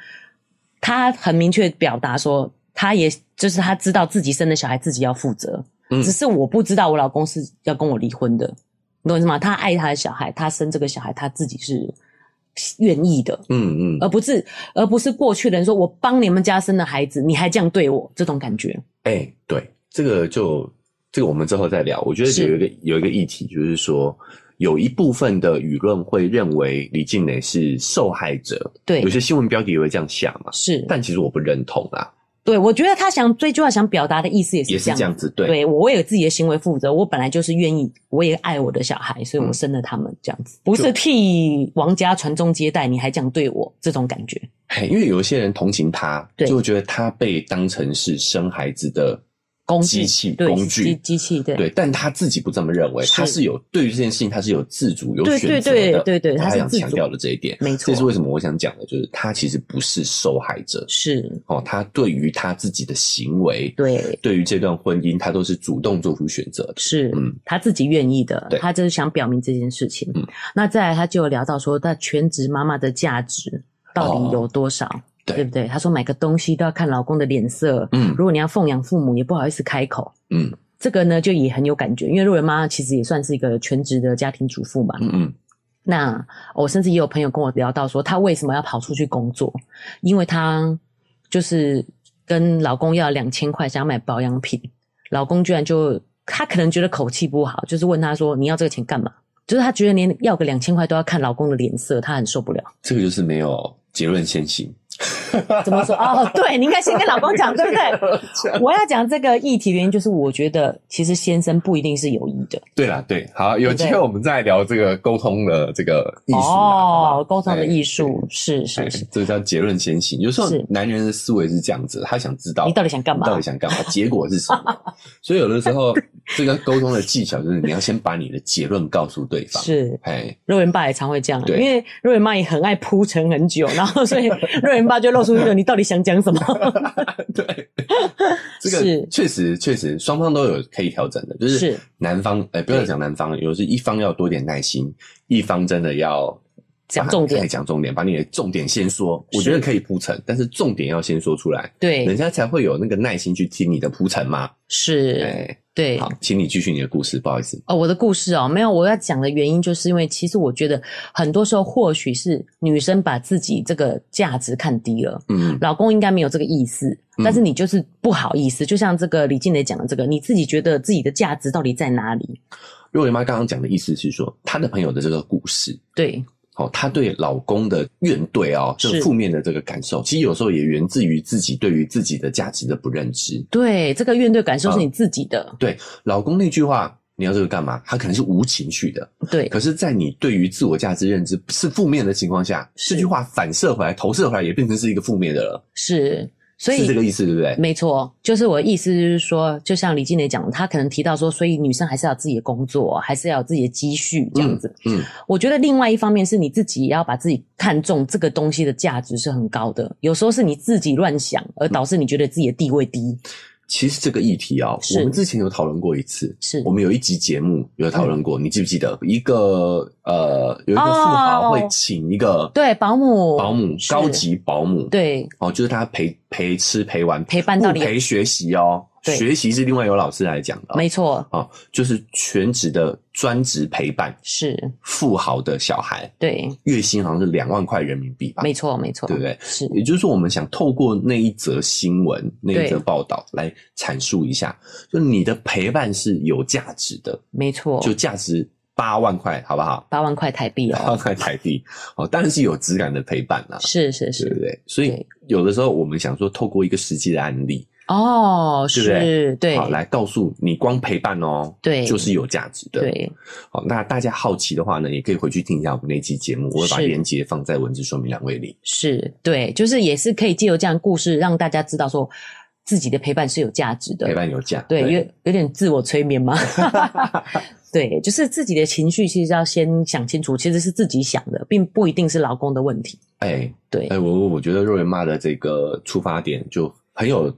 Speaker 2: 他很明确表达说，他也就是他知道自己生的小孩自己要负责，
Speaker 3: 嗯
Speaker 2: 只是我不知道我老公是要跟我离婚的，你懂我意思吗？他爱他的小孩，他生这个小孩，他自己是愿意的，
Speaker 3: 嗯嗯，
Speaker 2: 而不是而不是过去的人说我帮你们家生的孩子，你还这样对我，这种感觉。
Speaker 3: 哎、对，这个就这个我们之后再聊。我觉得
Speaker 2: 是
Speaker 3: 有一个有一个议题，就是说有一部分的舆论会认为李静蕾是受害者，
Speaker 2: 对
Speaker 3: 有，些新闻标题也会这样下嘛。
Speaker 2: 是，
Speaker 3: 但其实我不认同啦，
Speaker 2: 对，我觉得他想最重要想表达的意思也是
Speaker 3: 也是
Speaker 2: 这样子
Speaker 3: 这样子，对，
Speaker 2: 对我为了自己的行为负责，我本来就是愿意，我也爱我的小孩，所以我
Speaker 3: 嗯
Speaker 2: 生了他们这样子，不是替王家传宗接代，你还讲对我这种感觉，
Speaker 3: 嘿因为有一些人同情他，
Speaker 2: 对
Speaker 3: 就会觉得他被当成是生孩子的
Speaker 2: 工具
Speaker 3: 机器
Speaker 2: 对
Speaker 3: 工
Speaker 2: 机
Speaker 3: 具。
Speaker 2: 机器对
Speaker 3: 对，但他自己不这么认为，
Speaker 2: 是
Speaker 3: 他是有对于这件事情他是有自主、有
Speaker 2: 对
Speaker 3: 选择的。
Speaker 2: 对对对对他
Speaker 3: 他
Speaker 2: 是
Speaker 3: 想
Speaker 2: 自主
Speaker 3: 强调的这一点，
Speaker 2: 没
Speaker 3: 这
Speaker 2: 错
Speaker 3: 是为什么我想讲的，就是他其实不是受害者
Speaker 2: 是，
Speaker 3: 哦，他对于他自己的行为，
Speaker 2: 对
Speaker 3: 对于这段婚姻，他都是主动做出选择的。
Speaker 2: 是、
Speaker 3: 嗯
Speaker 2: 他自己愿意的
Speaker 3: 对，
Speaker 2: 他就是想表明这件事情。
Speaker 3: 嗯
Speaker 2: 那再来他就有聊到说，那全职妈妈的价值到
Speaker 3: 哦
Speaker 2: 底有多少，
Speaker 3: 对
Speaker 2: 对不对？他说买个东西都要看老公的脸色，
Speaker 3: 嗯
Speaker 2: 如果你要奉养父母，也不好意思开口。
Speaker 3: 嗯
Speaker 2: 这个呢，就也很有感觉，因为若瑞妈其实也算是一个全职的家庭主妇嘛。
Speaker 3: 嗯嗯，
Speaker 2: 那我、甚至也有朋友跟我聊到说，她为什么要跑出去工作？因为她就是跟老公要两千块，想要买保养品，老公居然就她可能觉得口气不好，就是问她说：“你要这个钱干嘛？”就是她觉得连要个两千块都要看老公的脸色，她很受不了。
Speaker 3: 这个就是没有结论先行。
Speaker 2: 怎么说？哦，对，你应该先跟老公讲，对不对？
Speaker 3: 对？
Speaker 2: 我要讲这个议题原因就是，我觉得其实先生不一定是有意的。
Speaker 3: 对啦，对，好，有
Speaker 2: 对
Speaker 3: 机会我们再聊这个沟通的这个艺术啦好
Speaker 2: 哦
Speaker 3: 吧，
Speaker 2: 沟通的
Speaker 3: 哎
Speaker 2: 艺术是
Speaker 3: 哎
Speaker 2: 是是，
Speaker 3: 这叫结论先行。有时候
Speaker 2: 是
Speaker 3: 男人的思维是这样子，他想知道
Speaker 2: 你到底想干嘛
Speaker 3: 你到底想干嘛，结果是什 么。所以有的时候，这个沟通的技巧就是你要先把你的结论告诉对方。，
Speaker 2: 是。
Speaker 3: 哎，
Speaker 2: 肉圆爸也常会这样，啊因
Speaker 3: 对
Speaker 2: 为肉圆妈也很爱铺陈很久，然后所以肉圆爸就露出一个你到底想讲什么？
Speaker 3: 对，这个
Speaker 2: 是
Speaker 3: 确实确实，双方都有可以调整的， 就是是男方，哎、不要
Speaker 2: 对
Speaker 3: 讲男方，有时一方要多点耐心，一方真的要。
Speaker 2: 讲重点
Speaker 3: 哎讲重点，把你的重点先说。我
Speaker 2: 是
Speaker 3: 觉得可以铺陈，但是重点要先说出来，人
Speaker 2: 对，
Speaker 3: 家才会有那个耐心去听你的铺陈嘛。
Speaker 2: 是，
Speaker 3: 哎，
Speaker 2: 对。
Speaker 3: 好，请你继续你的故事，不好意思。
Speaker 2: 哦，我的故事哦，没有，我要讲的原因就是因为，其实我觉得很多时候或许是女生把自己这个价值看低了，
Speaker 3: 嗯
Speaker 2: 老公应该没有这个意思，
Speaker 3: 嗯
Speaker 2: 但是你就是不好意思，就像这个李静蕾讲的这个，你自己觉得自己的价值到底在哪里？
Speaker 3: 若莲妈刚刚讲的意思是说，她的朋友的这个故事，
Speaker 2: 对，
Speaker 3: 哦，她对老公的怨怼哦，
Speaker 2: 是
Speaker 3: 这负面的这个感受，其实有时候也源自于自己对于自己的价值的不认知。
Speaker 2: 对，这个怨怼感受是你自己的，
Speaker 3: 老公那句话。你要这个干嘛？他可能是无情绪的，
Speaker 2: 对，
Speaker 3: 可是，在你对于自我价值认知是负面的情况下，
Speaker 2: 是
Speaker 3: 这句话反射回来、投射回来，也变成是一个负面的了，
Speaker 2: 是，所以嗯
Speaker 3: 是这个意思，对不对？
Speaker 2: 没错，就是我的意思就是说，就像李静蕾讲的，她可能提到说，所以女生还是要有自己的工作，还是要有自己的积蓄这样子。
Speaker 3: 嗯嗯
Speaker 2: 我觉得另外一方面是你自己也要把自己看重这个东西的价值是很高的，有时候是你自己乱想，而导致你觉得自己的地位低。
Speaker 3: 其实这个议题啊、
Speaker 2: 是
Speaker 3: 我们之前有讨论过一次，
Speaker 2: 是
Speaker 3: 我们有一集节目有讨论
Speaker 2: 嗯
Speaker 3: 过，你记不记得？一个呃，有一个富豪
Speaker 2: 哦
Speaker 3: 会请一个
Speaker 2: 对，保姆，
Speaker 3: 保姆，
Speaker 2: 是
Speaker 3: 高级保姆，，
Speaker 2: 对
Speaker 3: 哦，就是他陪陪吃陪玩
Speaker 2: 陪伴到
Speaker 3: 不
Speaker 2: 底
Speaker 3: 陪学习哦，
Speaker 2: 对
Speaker 3: 学习是另外由老师来讲的、哦，
Speaker 2: 没错，
Speaker 3: 哦，就是全职的专职陪伴
Speaker 2: 是
Speaker 3: 富豪的小孩，
Speaker 2: 对，
Speaker 3: 月薪好像是两万块人民币吧，
Speaker 2: 没错，没错，
Speaker 3: 啊对不对？
Speaker 2: 是
Speaker 3: 也就是说，我们想透过那一则新闻、那一则
Speaker 2: 对
Speaker 3: 报道来阐述一下，就你的陪伴是有价值的，
Speaker 2: 没错，
Speaker 3: 就价值八万块，好不好？
Speaker 2: 八万块台币
Speaker 3: 八万
Speaker 2: 哦，
Speaker 3: 块台币，哦，当然是有质感的陪伴啦、
Speaker 2: 是是
Speaker 3: 对不
Speaker 2: 是，
Speaker 3: 对？所以
Speaker 2: 对
Speaker 3: 有的时候我们想说，透过一个实际的案例，
Speaker 2: 哦，
Speaker 3: 对不对
Speaker 2: 是，对，
Speaker 3: 好来告诉你，光陪伴哦，
Speaker 2: 对
Speaker 3: 就是有价值的。，
Speaker 2: 对，
Speaker 3: 好，那大家好奇的话呢，也可以回去听一下我们那期节目，我会把
Speaker 2: 是
Speaker 3: 链接放在文字说明栏位里。
Speaker 2: 是对，就是也是可以借由这样的故事让大家知道说，自己的陪伴是有价值的
Speaker 3: 陪。伴有价，
Speaker 2: 对，有有点自我催眠嘛。 对，就是自己的情绪，其实要先想清楚，其实是自己想的，并不一定是老公的问题。
Speaker 3: 哎
Speaker 2: 对
Speaker 3: 哎，，我我觉得若云妈的这个出发点就很有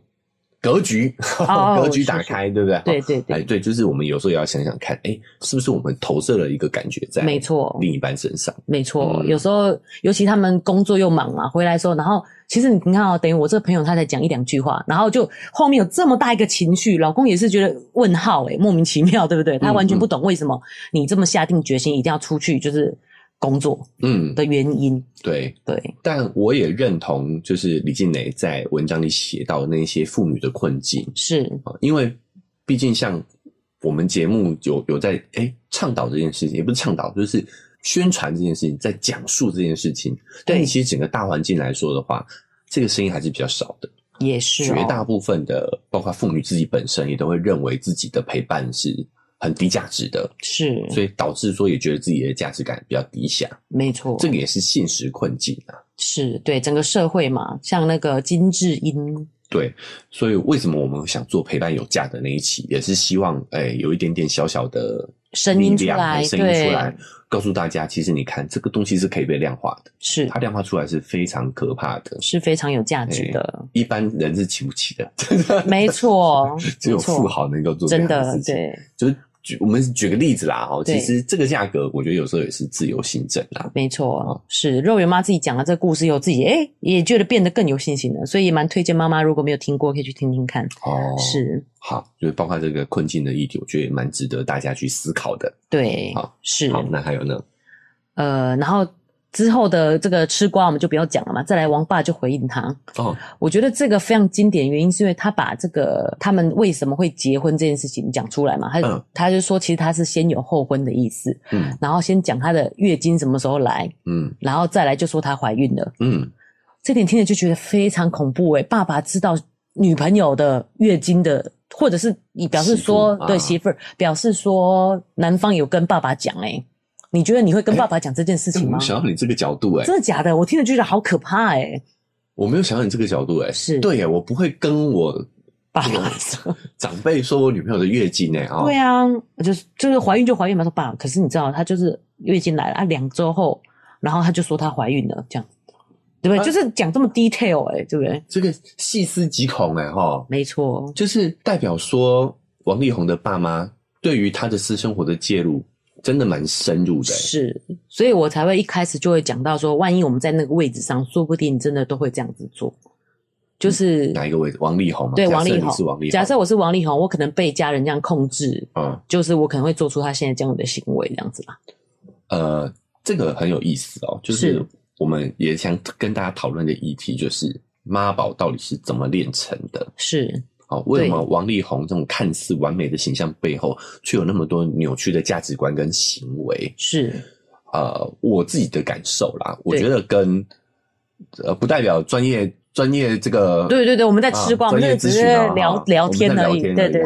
Speaker 3: 格局，
Speaker 2: 哦
Speaker 3: 格局
Speaker 2: 是
Speaker 3: 打
Speaker 2: 是
Speaker 3: 开，对不对？
Speaker 2: 对对
Speaker 3: 哎，
Speaker 2: 对，
Speaker 3: 对，就是我们有时候也要想想看，哎，是不是我们投射了一个感觉在
Speaker 2: 没错
Speaker 3: 另一半身上？
Speaker 2: 没错。
Speaker 3: 嗯
Speaker 2: 有时候，尤其他们工作又忙嘛，回来之后，然后其实你看哦，等于我这个朋友他才讲一两句话，然后就后面有这么大一个情绪，老公也是觉得问号诶、莫名其妙，对不对？他完
Speaker 3: 嗯
Speaker 2: 全不懂为什么你这么下定决心一定要出去，就是工作
Speaker 3: 嗯，
Speaker 2: 的原因。
Speaker 3: 对。
Speaker 2: 对，
Speaker 3: 但我也认同，就是李静蕾在文章里写到的那些妇女的困境
Speaker 2: 是
Speaker 3: 啊，因为毕竟像我们节目有有在哎、倡导这件事情，也不是倡导，就是宣传这件事情，在讲述这件事情。
Speaker 2: 对
Speaker 3: 但其实整个大环境来说的话，这个声音还是比较少的。
Speaker 2: 也是、哦，
Speaker 3: 绝大部分的，包括妇女自己本身，也都会认为自己的陪伴是很低价值的，
Speaker 2: 是
Speaker 3: 所以导致说也觉得自己的价值感比较低下，
Speaker 2: 没错，
Speaker 3: 这个也是现实困境啊。
Speaker 2: 是对整个社会嘛，像那个金智英，
Speaker 3: 对，所以为什么我们想做陪伴有价的那一期，也是希望哎、有一点点小小的
Speaker 2: 声音
Speaker 3: 力量哎
Speaker 2: 出来
Speaker 3: 声音出
Speaker 2: 对
Speaker 3: 来，告诉大家，其实你看这个东西是可以被量化的，
Speaker 2: 是
Speaker 3: 它量化出来是非常可怕的，
Speaker 2: 是非常有价值的，
Speaker 3: 一般人是起不起的，，
Speaker 2: 没错
Speaker 3: 哎 只有
Speaker 2: 没错
Speaker 3: 富豪能够做这
Speaker 2: 真
Speaker 3: 样
Speaker 2: 的
Speaker 3: 事情。
Speaker 2: 对，
Speaker 3: 就是举我们举个例子啦，哦，
Speaker 2: 对
Speaker 3: 其实这个价格我觉得有时候也是自由行政啦。
Speaker 2: 没错，哦是肉圆妈自己讲了这个故事以后，自己哎也觉得变得更有信心了，所以也蛮推荐妈妈如果没有听过，可以去听听看。
Speaker 3: 哦
Speaker 2: 是
Speaker 3: 好，就是包括这个困境的议题，我觉得也蛮值得大家去思考的。
Speaker 2: 对
Speaker 3: 好，
Speaker 2: 是
Speaker 3: 好，那还有呢？
Speaker 2: 呃，然后之后的这个吃瓜我们就不要讲了嘛，再来王爸就回应他，
Speaker 3: 哦，
Speaker 2: 我觉得这个非常经典，原因是因为他把这个他们为什么会结婚这件事情讲出来嘛，他、
Speaker 3: 嗯
Speaker 2: 他就说其实他是先有后婚的意思，
Speaker 3: 嗯
Speaker 2: 然后先讲她的月经什么时候来，
Speaker 3: 嗯
Speaker 2: 然后再来就说她怀孕了，
Speaker 3: 嗯，
Speaker 2: 这点听着就觉得非常恐怖诶、爸爸知道女朋友的月经的，或者是你表示说
Speaker 3: 媳妇啊
Speaker 2: 对媳妇儿、表示说男方有跟爸爸讲诶、你觉得你会跟爸爸讲这件事
Speaker 3: 哎我
Speaker 2: 情
Speaker 3: 没
Speaker 2: 吗
Speaker 3: 有？想到你这个角度、哎，
Speaker 2: 真的假的？我听着就觉得好可怕欸诶、
Speaker 3: 我没有想到你这个角度、哎，
Speaker 2: 是
Speaker 3: 对耶，我不会跟我
Speaker 2: 爸爸说。
Speaker 3: 长辈说我女朋友的月经、哎，啊、
Speaker 2: 对啊，就是就是怀孕就怀孕嘛，说爸，可是你知道她就是月经来了啊，两周后，然后她就说她怀孕了，这样，对不对？
Speaker 3: 啊
Speaker 2: 就是讲这么 detail 哎、对不对？
Speaker 3: 这个细思极恐、哎，哈，
Speaker 2: 没错，
Speaker 3: 就是代表说王力宏的爸妈对于他的私生活的介入，真的蛮深入的、哎
Speaker 2: 是，所以我才会一开始就会讲到说，万一我们在那个位置上，说不定真的都会这样子做，就是、
Speaker 3: 哪一个位置？王力宏吗？
Speaker 2: 对
Speaker 3: 嗯假设
Speaker 2: 王力
Speaker 3: 你
Speaker 2: 宏
Speaker 3: 是王力宏，
Speaker 2: 假设我是王力宏，我可能被家人这样控制，
Speaker 3: 嗯
Speaker 2: 就是我可能会做出他现在这样的行为，这样子吧。
Speaker 3: 呃，这个很有意思哦，就是
Speaker 2: 是
Speaker 3: 我们也想跟大家讨论的议题，就是妈宝到底是怎么炼成的？
Speaker 2: 是
Speaker 3: 哦，为什
Speaker 2: 对
Speaker 3: 么王力宏这种看似完美的形象背后，却有那么多扭曲的价值观跟行为？
Speaker 2: 是，
Speaker 3: 呃，我自己的感受啦，我
Speaker 2: 对
Speaker 3: 觉得跟呃不代表专业专业这个
Speaker 2: 对对对，我们在吃瓜，
Speaker 3: 呃啊
Speaker 2: 我们这
Speaker 3: 专业
Speaker 2: 个只
Speaker 3: 咨
Speaker 2: 是
Speaker 3: 询啊
Speaker 2: 聊
Speaker 3: 啊
Speaker 2: 聊
Speaker 3: 我们
Speaker 2: 天
Speaker 3: 在
Speaker 2: 而已，
Speaker 3: 聊天
Speaker 2: 对对对。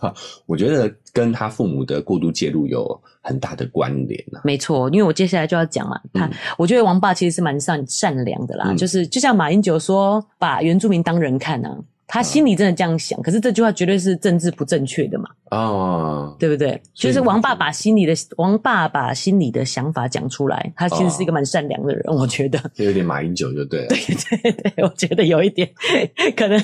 Speaker 3: 对。 我觉得跟他父母的过度介入有很大的关联啊。
Speaker 2: 没错，因为我接下来就要讲嘛，他、
Speaker 3: 嗯
Speaker 2: 我觉得王爸其实是蛮善善良的啦，
Speaker 3: 嗯
Speaker 2: 就是就像马英九说，把原住民当人看啊，他心里真的这样想，可是这句话绝对是政治不正确的嘛，
Speaker 3: 哦，
Speaker 2: 对不对？
Speaker 3: 所
Speaker 2: 就
Speaker 3: 以
Speaker 2: 是王爸
Speaker 3: 你觉得
Speaker 2: 把心里的王爸把心里的想法讲出来，他其实是一个蛮善良的人，我觉得，
Speaker 3: 这有点马英九就对了。
Speaker 2: 对对，我觉得有一点可能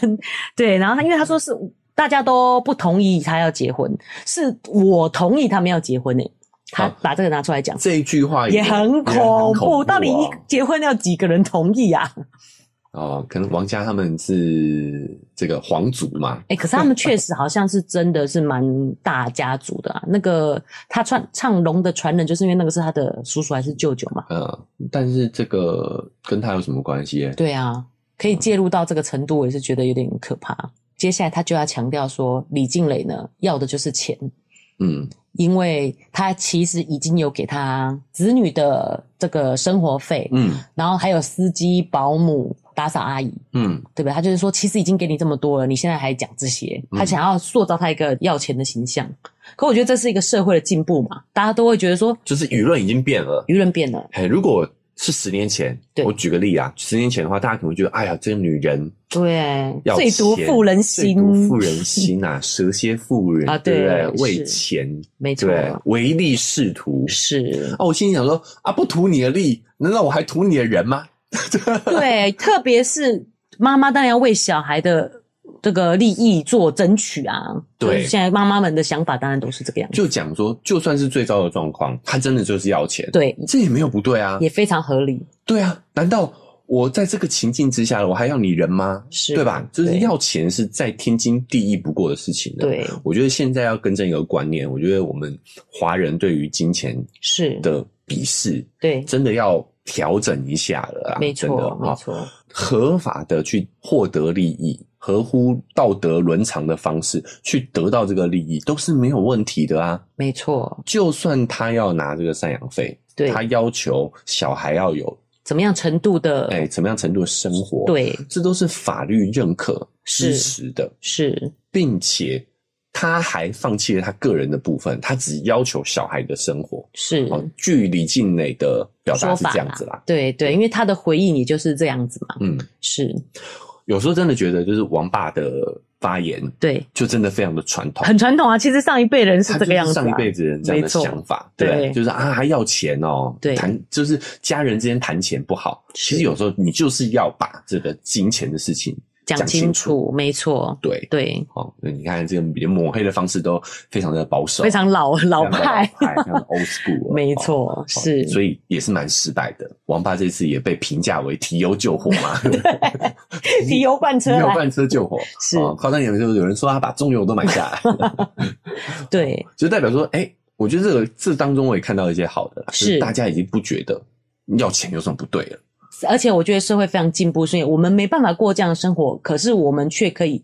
Speaker 2: 对，然后他因为他说是大家都不同意他要结婚，是我同意他们要结婚呢、欸他
Speaker 3: 啊
Speaker 2: 把这个拿出来讲。
Speaker 3: 这一句话
Speaker 2: 哎也很恐怖。啊
Speaker 3: 怖
Speaker 2: 到底一
Speaker 3: 哦
Speaker 2: 结婚要几个人同意啊？
Speaker 3: 哦，可能王家他们是这个皇族嘛，
Speaker 2: 哎、可是他们确实好像是真的是蛮大家族的啊。 那个他唱唱龙的传人，就是因为那个是他的叔叔还是舅舅嘛？
Speaker 3: 呃，但是这个跟他有什么关系？
Speaker 2: 对啊，可以介入到这个程度，我也是觉得有点可怕。接下来他就要强调说，李静蕾呢要的就是钱，
Speaker 3: 嗯，
Speaker 2: 因为他其实已经有给他子女的这个生活费，
Speaker 3: 嗯
Speaker 2: 然后还有司机、保姆、打扫阿姨，
Speaker 3: 嗯
Speaker 2: 对不对？他就是说，其实已经给你这么多了，你现在还讲这些，
Speaker 3: 嗯
Speaker 2: 他想要塑造他一个要钱的形象。可我觉得这是一个社会的进步嘛，大家都会觉得说
Speaker 3: 就是舆论已经变了。
Speaker 2: 舆论变了，
Speaker 3: 哎，如果是十年前
Speaker 2: 对，
Speaker 3: 我举个例啊，十年前的话，大家可能会觉得，哎呀，这个女人
Speaker 2: 对，
Speaker 3: 要
Speaker 2: 最毒
Speaker 3: 钱
Speaker 2: 妇人
Speaker 3: 最毒
Speaker 2: 心，
Speaker 3: 妇人心 呐、蛇蝎妇人
Speaker 2: 啊
Speaker 3: 对不
Speaker 2: 对
Speaker 3: 对？为
Speaker 2: 是
Speaker 3: 钱，
Speaker 2: 没错，
Speaker 3: 对，唯利是图。
Speaker 2: 是，
Speaker 3: 哦，我心里想说啊，不图你的利，难道我还图你的人吗？
Speaker 2: 对，特别是妈妈当然要为小孩的这个利益做争取啊。
Speaker 3: 对
Speaker 2: 就是现在妈妈们的想法当然都是这个样子，
Speaker 3: 就讲说，就算是最糟的状况，他真的就是要钱，，
Speaker 2: 对，
Speaker 3: 这也没有不对啊，
Speaker 2: 也非常合理，
Speaker 3: 对啊，难道我在这个情境之下，我还要你人吗？
Speaker 2: 是，啊
Speaker 3: 对吧？就是
Speaker 2: 对
Speaker 3: 要钱是再天经地义不过的事情了。，
Speaker 2: 对，
Speaker 3: 我觉得现在要更正一个观念，我觉得我们华人对于金钱
Speaker 2: 是，
Speaker 3: 的鄙视，
Speaker 2: 对，
Speaker 3: 真的要调整一下了啊！
Speaker 2: 没
Speaker 3: 真的
Speaker 2: 错，没
Speaker 3: 哈
Speaker 2: 错，
Speaker 3: 合法的去获得利益，合乎道德伦常的方式去得到这个利益，都是没有问题的啊。
Speaker 2: 没错，
Speaker 3: 就算他要拿这个赡养费，
Speaker 2: 对，
Speaker 3: 他要求小孩要有
Speaker 2: 怎么样程度的，
Speaker 3: 哎怎么样程度的生活，，
Speaker 2: 对，
Speaker 3: 这都是法律认可
Speaker 2: 是
Speaker 3: 支持的，
Speaker 2: 是，
Speaker 3: 并且他还放弃了他个人的部分，他只要求小孩的生活。
Speaker 2: 是。
Speaker 3: 哦，据李静蕾的表达
Speaker 2: 说
Speaker 3: 是
Speaker 2: 法
Speaker 3: 这样子啦，
Speaker 2: 对对，因为他的回应也就是这样子嘛，
Speaker 3: 嗯，
Speaker 2: 是
Speaker 3: 有时候真的觉得就是王爸的发言
Speaker 2: 对，
Speaker 3: 就真的非常的传统，
Speaker 2: 很传统啊。其实上一辈人是
Speaker 3: 他
Speaker 2: 这
Speaker 3: 就
Speaker 2: 个样
Speaker 3: 是
Speaker 2: 子、啊，
Speaker 3: 上一辈子人这样的
Speaker 2: 没错
Speaker 3: 想法，对，
Speaker 2: 对
Speaker 3: 就是啊还要钱哦，
Speaker 2: 对
Speaker 3: 谈就是家人之间谈钱不好，
Speaker 2: 是
Speaker 3: 其实有时候你就是要把这个金钱的事情
Speaker 2: 讲
Speaker 3: 讲
Speaker 2: 清
Speaker 3: 清
Speaker 2: 楚，没错，
Speaker 3: 对。
Speaker 2: 对，
Speaker 3: 哦，你看这个连抹黑的方式都非常的保守，
Speaker 2: 非常老老
Speaker 3: 非常的
Speaker 2: 派，
Speaker 3: 哦老派，非常的 old school，了
Speaker 2: 没
Speaker 3: 哦
Speaker 2: 错，是
Speaker 3: 哦， 所以也是蛮失败的。王八这次也被评价为提油救火 嘛，
Speaker 2: 提油罐车
Speaker 3: 没有
Speaker 2: 来，
Speaker 3: 半车救火。
Speaker 2: 是
Speaker 3: 哦，夸张点就是有人说他把中油都买下来，
Speaker 2: 对，
Speaker 3: 就代表说，哎、我觉得这个这当中我也看到一些好的啦，就是大家已经不觉得要钱有什么不对了。
Speaker 2: 而且我觉得社会非常进步，所以我们没办法过这样的生活，可是我们却可以。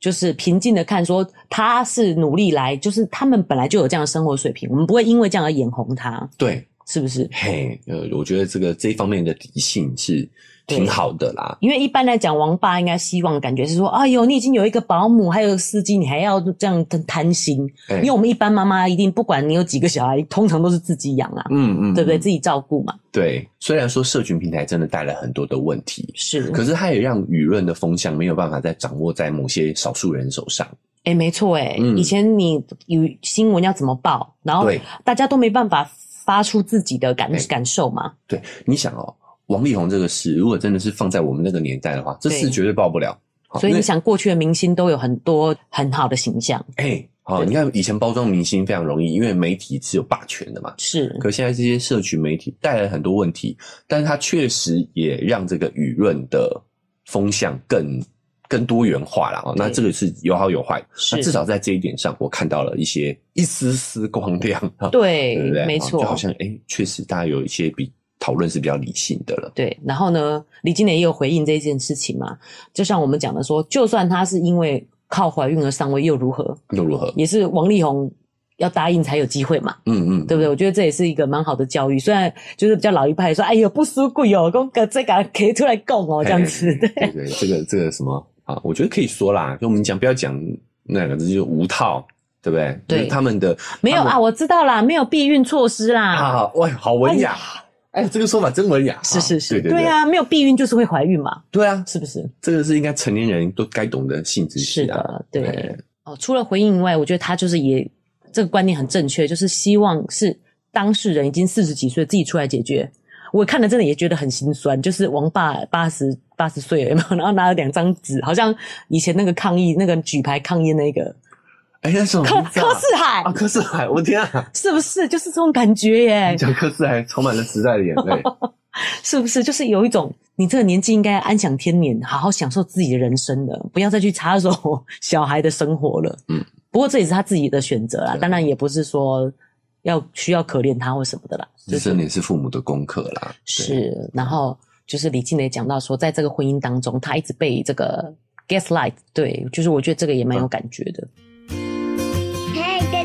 Speaker 2: 就是平静的看，说他是努力来，就是他们本来就有这样的生活水平，我们不会因为这样而眼红他，
Speaker 3: 对，
Speaker 2: 是不是？
Speaker 3: 嘿，呃，我觉得这个这一方面的理性是挺好的啦。
Speaker 2: 因为一般来讲，王爸应该希望感觉是说，哎呦，你已经有一个保姆，还有司机，你还要这样贪心。
Speaker 3: 哎
Speaker 2: 因为我们一般妈妈一定不管你有几个小孩，通常都是自己养啊，
Speaker 3: 嗯嗯，
Speaker 2: 对不对？
Speaker 3: 嗯
Speaker 2: 自己照顾嘛，
Speaker 3: 对，虽然说社群平台真的带来很多的问题，
Speaker 2: 是。
Speaker 3: 可是它也让舆论的风向没有办法再掌握在某些少数人手上。
Speaker 2: 哎、没错，哎、
Speaker 3: 嗯
Speaker 2: 以前你有新闻要怎么报，然后
Speaker 3: 对
Speaker 2: 大家都没办法发出自己的感、
Speaker 3: 哎
Speaker 2: 感受嘛，
Speaker 3: 对，你想哦，王力宏这个事，如果真的是放在我们那个年代的话，这
Speaker 2: 对
Speaker 3: 事绝对报不了。好
Speaker 2: 所以
Speaker 3: 哦那
Speaker 2: 你想，过去的明星都有很多很好的形象，
Speaker 3: 哎，好、
Speaker 2: 对
Speaker 3: 你看以前包装明星非常容易，因为媒体是有霸权的嘛。
Speaker 2: 是
Speaker 3: 可现在这些社群媒体带来很多问题，但是它确实也让这个舆论的风向更更多元化了啊、哦。那
Speaker 2: 对
Speaker 3: 这个是有好有坏，那
Speaker 2: 是，
Speaker 3: 至少在这一点上，我看到了一些一丝丝光亮啊，
Speaker 2: 对，
Speaker 3: 对不对？
Speaker 2: 没
Speaker 3: 啊
Speaker 2: 错，
Speaker 3: 就好像哎，确实大家有一些比讨论是比较理性的了。
Speaker 2: 对，然后呢，李金磊也有回应这件事情嘛，就像我们讲的说，就算她是因为靠怀孕而上位又如何，
Speaker 3: 又如何？
Speaker 2: 也是王力宏要答应才有机会嘛，
Speaker 3: 嗯嗯，
Speaker 2: 对不对？我觉得这也是一个蛮好的教育，虽然就是比较老一派说，哎呦不输贵哦，公哥这个可以出来供哦，这样子，对
Speaker 3: 对对，这个这个什么啊，我觉得可以说啦，就我们讲不要讲那两个字，就是无套，对不对？
Speaker 2: 对
Speaker 3: 就是他们的
Speaker 2: 没有
Speaker 3: 他们
Speaker 2: 啊，我知道啦，没有避孕措施啦，
Speaker 3: 啊，喂，好文雅，哎，这个说法真文雅，
Speaker 2: 是是是，
Speaker 3: 啊对对，
Speaker 2: 啊，没有避孕就是会怀孕嘛，
Speaker 3: 对啊，
Speaker 2: 是不是？
Speaker 3: 这个是应该成年人都该懂的性知识
Speaker 2: 是
Speaker 3: 啊，
Speaker 2: 的，对。
Speaker 3: 哎
Speaker 2: 哦，除了回应以外，我觉得他就是也这个观念很正确，就是希望是当事人已经四十几岁自己出来解决。我看了真的也觉得很心酸，就是王爸八十八十岁了嘛， 然后拿了两张纸，好像以前那个抗议那个举牌抗议那个
Speaker 3: 哎，那什么
Speaker 2: 柯
Speaker 3: 名字啊
Speaker 2: 柯四海
Speaker 3: 啊，，柯四海，我的天啊，
Speaker 2: 是不是就是这种感觉耶
Speaker 3: 你？讲柯四海充满了时代的眼 泪，
Speaker 2: 是不是就是有一种你这个年纪应该安享天年，好好享受自己的人生了，不要再去插手 小孩的生活了。
Speaker 3: 嗯，
Speaker 2: 不过这也是他自己的选择啦，
Speaker 3: 对
Speaker 2: 当然也不是说要需要可怜他或什么的啦，
Speaker 3: 这
Speaker 2: 就是
Speaker 3: 真的是父母的功课啦，对，
Speaker 2: 是。然后就是李静蕾讲到说，在这个婚姻当中，他一直被这个 gaslight，对，就是我觉得这个也蛮
Speaker 3: 嗯
Speaker 2: 有感觉的。
Speaker 1: 嗨，大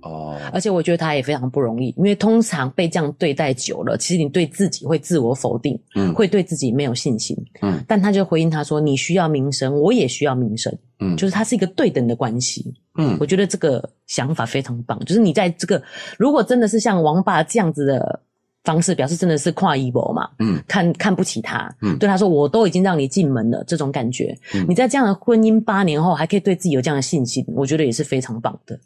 Speaker 3: 哦。
Speaker 2: 而且我觉得他也非常不容易，因为通常被这样对待久了，其实你对自己会自我否定，
Speaker 3: 嗯
Speaker 2: 会对自己没有信心。
Speaker 3: 嗯，
Speaker 2: 但他就回应他说：“你需要名声，我也需要名声。”
Speaker 3: 嗯
Speaker 2: 就是它是一个对等的关系。
Speaker 3: 嗯
Speaker 2: 我觉得这个想法非常棒。就是你在这个，如果真的是像王爸这样子的方式，表示真的是跨一博嘛，
Speaker 3: 嗯，
Speaker 2: 看看不起他，
Speaker 3: 嗯
Speaker 2: 对他说我都已经让你进门了，这种感觉，
Speaker 3: 嗯
Speaker 2: 你在这样的婚姻八年后还可以对自己有这样的信心，我觉得也是非常棒的。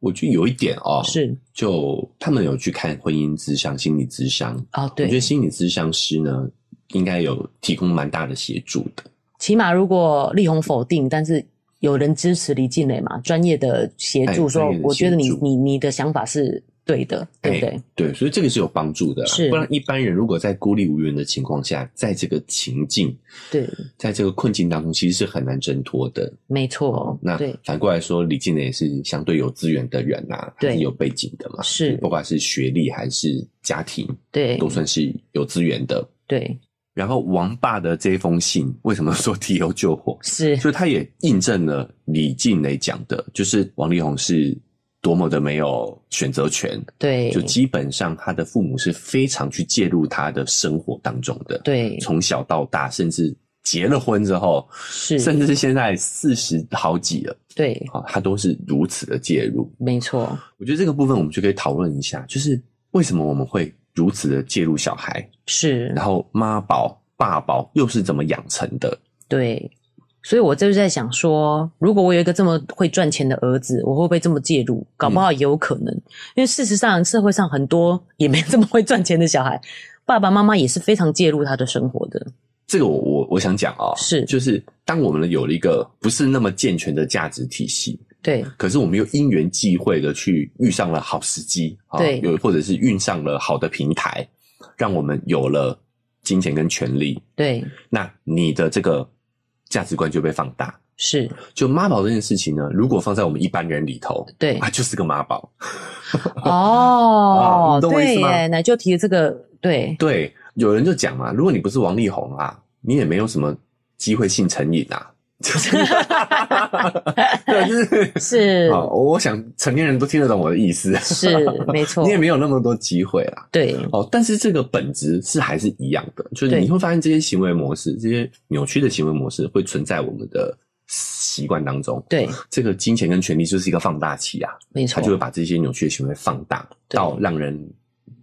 Speaker 3: 我觉得有一点哦，
Speaker 2: 是
Speaker 3: 就他们有去看婚姻咨商、心理咨商，
Speaker 2: 哦，
Speaker 3: 我觉得
Speaker 2: 对，
Speaker 3: 心理咨商师呢，应该有提供蛮大的协助的。
Speaker 2: 起码如果力宏否定，但是。有人支持李静蕾嘛？专业的协助
Speaker 3: 哎
Speaker 2: 说
Speaker 3: 专业，的
Speaker 2: 我觉得你
Speaker 3: 协助
Speaker 2: 你你的想法是对的，对不
Speaker 3: 哎
Speaker 2: 对？
Speaker 3: 对，所以这个是有帮助的啦。
Speaker 2: 是
Speaker 3: 不然一般人如果在孤立无援的情况下，在这个情境、
Speaker 2: 对，
Speaker 3: 在这个困境当中，其实是很难挣脱的。
Speaker 2: 没错，哦
Speaker 3: 那
Speaker 2: 对，
Speaker 3: 反过来说，李静呢也是相对有资源的人呐、啊，
Speaker 2: 对
Speaker 3: 他是有背景的嘛，
Speaker 2: 是
Speaker 3: 不管是学历还是家庭，
Speaker 2: 对
Speaker 3: 都，算是有资源的。
Speaker 2: 对，
Speaker 3: 然后王爸的这封信，为什么说提油救火？
Speaker 2: 是，
Speaker 3: 所以他也印证了李静蕾讲的，就是王力宏是多么的没有选择权，
Speaker 2: 对
Speaker 3: 就，基本上他的父母是非常去介入他的生活当中的，
Speaker 2: 对，
Speaker 3: 从小到大，甚至结了婚之后，
Speaker 2: 是，
Speaker 3: 甚至是现在四十好几了，
Speaker 2: 对，
Speaker 3: 啊，他都是如此的介入。
Speaker 2: 没错，
Speaker 3: 我觉得这个部分我们就可以讨论一下，就是为什么我们会如此的介入小孩，
Speaker 2: 是，
Speaker 3: 然后妈宝、爸宝又是怎么养成的？
Speaker 2: 对。所以我就是在想说，如果我有一个这么会赚钱的儿子，我会不会这么介入？搞
Speaker 3: 嗯
Speaker 2: 不好也有可能，因为事实上社会上很多也没这么会赚钱的小孩，爸爸妈妈也是非常介入他的生活的。
Speaker 3: 这个我我我想讲哦，
Speaker 2: 是
Speaker 3: 就是当我们有了一个不是那么健全的价值体系，
Speaker 2: 对，
Speaker 3: 可是我们又因缘际会的去遇上了好时机，啊
Speaker 2: 对
Speaker 3: 又或者是遇上了好的平台，让我们有了金钱跟权利，
Speaker 2: 对，
Speaker 3: 那你的这个价值观就被放大。
Speaker 2: 是，
Speaker 3: 就妈宝这件事情呢，如果放在我们一般人里头，
Speaker 2: 对
Speaker 3: 啊，，就是个妈宝。
Speaker 2: 哦
Speaker 3: 啊你，懂我意
Speaker 2: 对
Speaker 3: 思吗
Speaker 2: 耶，奶就提的这个，对，
Speaker 3: 对，有人就讲嘛，如果你不是王力宏啊，你也没有什么机会性成瘾啊。就是，对，就是
Speaker 2: 是
Speaker 3: 好，哦我想成年人都听得懂我的意思，
Speaker 2: 是，没错
Speaker 3: 你，也没有那么多机会啦。
Speaker 2: 对，
Speaker 3: 哦，但是这个本质是还是一样的，就是
Speaker 2: 对
Speaker 3: 你会发现这些行为模式、这些扭曲的行为模式会存在我们的习惯当中。，
Speaker 2: 对，
Speaker 3: 这个金钱跟权力就是一个放大器啊，
Speaker 2: 没
Speaker 3: 它
Speaker 2: 错
Speaker 3: 就，会把这些扭曲的行为放大
Speaker 2: 对
Speaker 3: 到让人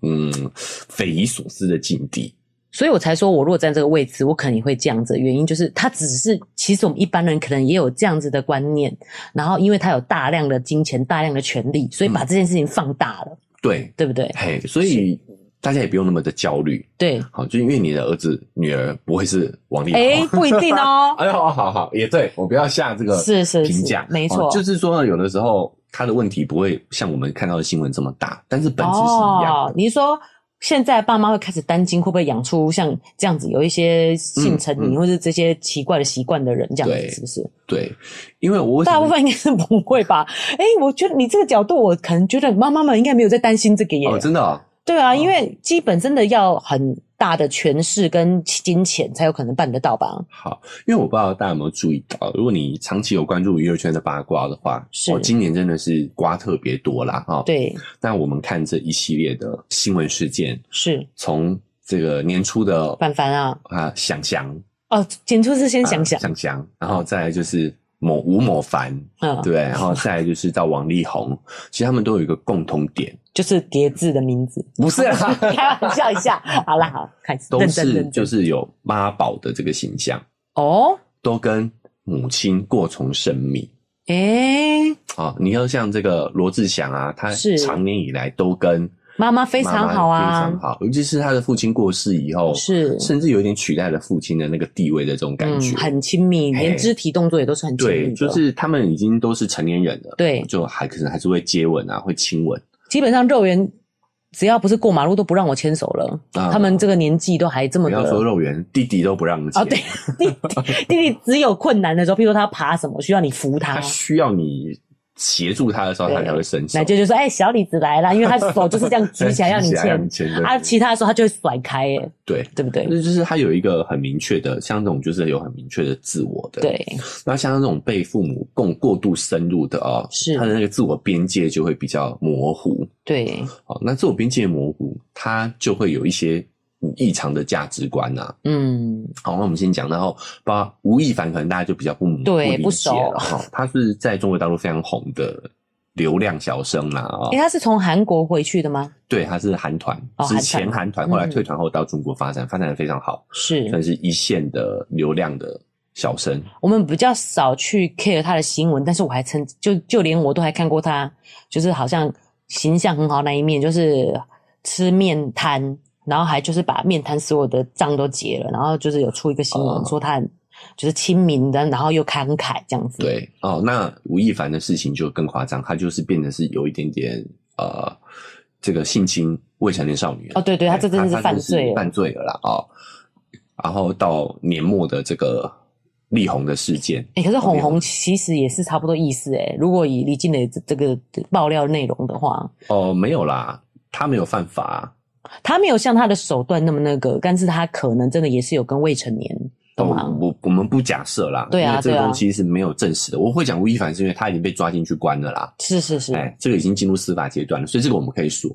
Speaker 3: 嗯匪夷所思的境地。
Speaker 2: 所以我才说，我如果站这个位置，我肯定会这样子。原因就是，他只是其实我们一般人可能也有这样子的观念，然后因为他有大量的金钱、大量的权利，所以
Speaker 3: 嗯
Speaker 2: 把这件事情放大了，
Speaker 3: 对，
Speaker 2: 对不对？
Speaker 3: 嘿，所以大家也不用那么的焦虑。
Speaker 2: 对，
Speaker 3: 好，就因为你的儿子、女儿不会是王力宏。
Speaker 2: 哎，不一定哦。
Speaker 3: 哎呦，好好，也对，我不要下这个
Speaker 2: 是是
Speaker 3: 评价
Speaker 2: 是，没错
Speaker 3: 哦就是说有的时候他的问题不会像我们看到的新闻这么大，但是本质是一
Speaker 2: 哦
Speaker 3: 样的，。
Speaker 2: 你说现在爸妈会开始担心，会不会养出像这样子有一些性成瘾、
Speaker 3: 嗯嗯
Speaker 2: 或者这些奇怪的习惯的人，这样
Speaker 3: 对
Speaker 2: 子是不是？
Speaker 3: 对，因为我为什么
Speaker 2: 大部分应该是不会吧？ 哎，我觉得你这个角度，我可能觉得妈妈们应该没有在担心这个耶。
Speaker 3: 哦，真的哦，
Speaker 2: 对啊，因为基本真的要很大的权势跟金钱才有可能办得到吧？
Speaker 3: 好，因为我不知道大家有没有注意到，如果你长期有关注娱乐圈的八卦的话，
Speaker 2: 是
Speaker 3: 哦，今年真的是瓜特别多啦，哈、哦。，
Speaker 2: 对，
Speaker 3: 那我们看这一系列的新闻事件，
Speaker 2: 是
Speaker 3: 从这个年初的
Speaker 2: 凡凡啊，
Speaker 3: 啊，想翔，啊
Speaker 2: 哦，简出是先想想，
Speaker 3: 想翔，然后再来就是某吴某凡，
Speaker 2: 嗯，
Speaker 3: 对，然后再来就是到王力宏，其实他们都有一个共同点，
Speaker 2: 就是叠字的名字，
Speaker 3: 不是啦，
Speaker 2: 开玩笑一下，好啦，好，开始，
Speaker 3: 都
Speaker 2: 认真认
Speaker 3: 是
Speaker 2: 真
Speaker 3: 就是有妈宝的这个形象，
Speaker 2: 哦，
Speaker 3: 都跟母亲过从甚密
Speaker 2: 诶，
Speaker 3: 啊。你要像这个罗志祥啊，他
Speaker 2: 是
Speaker 3: 长年以来都跟
Speaker 2: 妈妈非常好
Speaker 3: 妈妈
Speaker 2: 啊
Speaker 3: 非，常好，尤其是他的父亲过世以后，
Speaker 2: 是
Speaker 3: 甚至有点取代了父亲的那个地位的这种感觉，
Speaker 2: 嗯，很亲密，
Speaker 3: 嘿
Speaker 2: 连肢体动作也都是很亲密
Speaker 3: 对，
Speaker 2: 的，
Speaker 3: 就是他们已经都是成年人了，
Speaker 2: 对
Speaker 3: 就还可能还是会接吻啊，会亲吻。
Speaker 2: 基本上肉圆只要不是过马路都不让我牵手了，
Speaker 3: 啊
Speaker 2: 他们这个年纪都还这么
Speaker 3: 不要
Speaker 2: 的
Speaker 3: 说肉圆，弟弟都不让接，
Speaker 2: 哦，对， 弟弟弟弟只有困难的时候，譬如说他爬什么需要你扶他
Speaker 3: 他，需要你协助他的时候，他才会伸手
Speaker 2: 奶。舅就说：“哎、小李子来了，因为他手就是这样举起来让你
Speaker 3: 举起来让
Speaker 2: 牵
Speaker 3: 你牵 对
Speaker 2: 啊，其他的时候他就会甩开，哎，
Speaker 3: 对，
Speaker 2: 对不对？
Speaker 3: 那就是他有一个很明确的，像这种就是有很明确的自我的。，
Speaker 2: 对，
Speaker 3: 那像这种被父母共过度深入的啊、
Speaker 2: 是
Speaker 3: 他的那个自我边界就会比较模糊。
Speaker 2: 对，
Speaker 3: 好，那自我边界模糊，他就会有一些异常的价值观呐、
Speaker 2: 嗯，
Speaker 3: 好，那我们先讲，然后包括吴亦凡，可能大家就比较不
Speaker 2: 对
Speaker 3: 不
Speaker 2: 不
Speaker 3: 理解
Speaker 2: 熟
Speaker 3: 了哈、他是在中国大陆非常红的流量小生啦啊、
Speaker 2: 哎、他是从韩国回去的吗？
Speaker 3: 对，他是韩团，
Speaker 2: 哦韩
Speaker 3: 之
Speaker 2: 团
Speaker 3: 前韩团，后来
Speaker 2: 嗯
Speaker 3: 退团后到中国发展，发展的非常好，
Speaker 2: 是，
Speaker 3: 算是一线的流量的小生。
Speaker 2: 我们比较少去 care 他的新闻，但是我还曾就就连我都还看过他，就是好像形象很好那一面，就是吃面摊，然后还就是把面摊所有的账都结了，然后就是有出一个新
Speaker 3: 哦
Speaker 2: 闻说他很就是亲民的，然后又慷慨这样子。，
Speaker 3: 对，哦，那吴亦凡的事情就更夸张，他就是变成是有一点点呃，这个性侵未成年少女了哎
Speaker 2: 哦，对对，他这真的是
Speaker 3: 他
Speaker 2: 犯罪了。
Speaker 3: 犯罪了啦哦。然后到年末的这个力宏的事件，
Speaker 2: 哎、可是
Speaker 3: 没
Speaker 2: 红
Speaker 3: 有
Speaker 2: 红其实也是差不多意思哎、如果以李静蕾这这个爆料内容的话，
Speaker 3: 哦，没有啦，他没有犯法啊，
Speaker 2: 他没有像他的手段那么那个，但是他可能真的也是有跟未成年，懂吗？
Speaker 3: 哦我我们不假设啦，
Speaker 2: 啊对啊
Speaker 3: 因为这个
Speaker 2: 对啊
Speaker 3: 东西是没有证实的。我会讲吴亦凡是因为他已经被抓进去关了啦，
Speaker 2: 是是是，
Speaker 3: 哎，这个已经进入司法阶段了，所以这个我们可以说，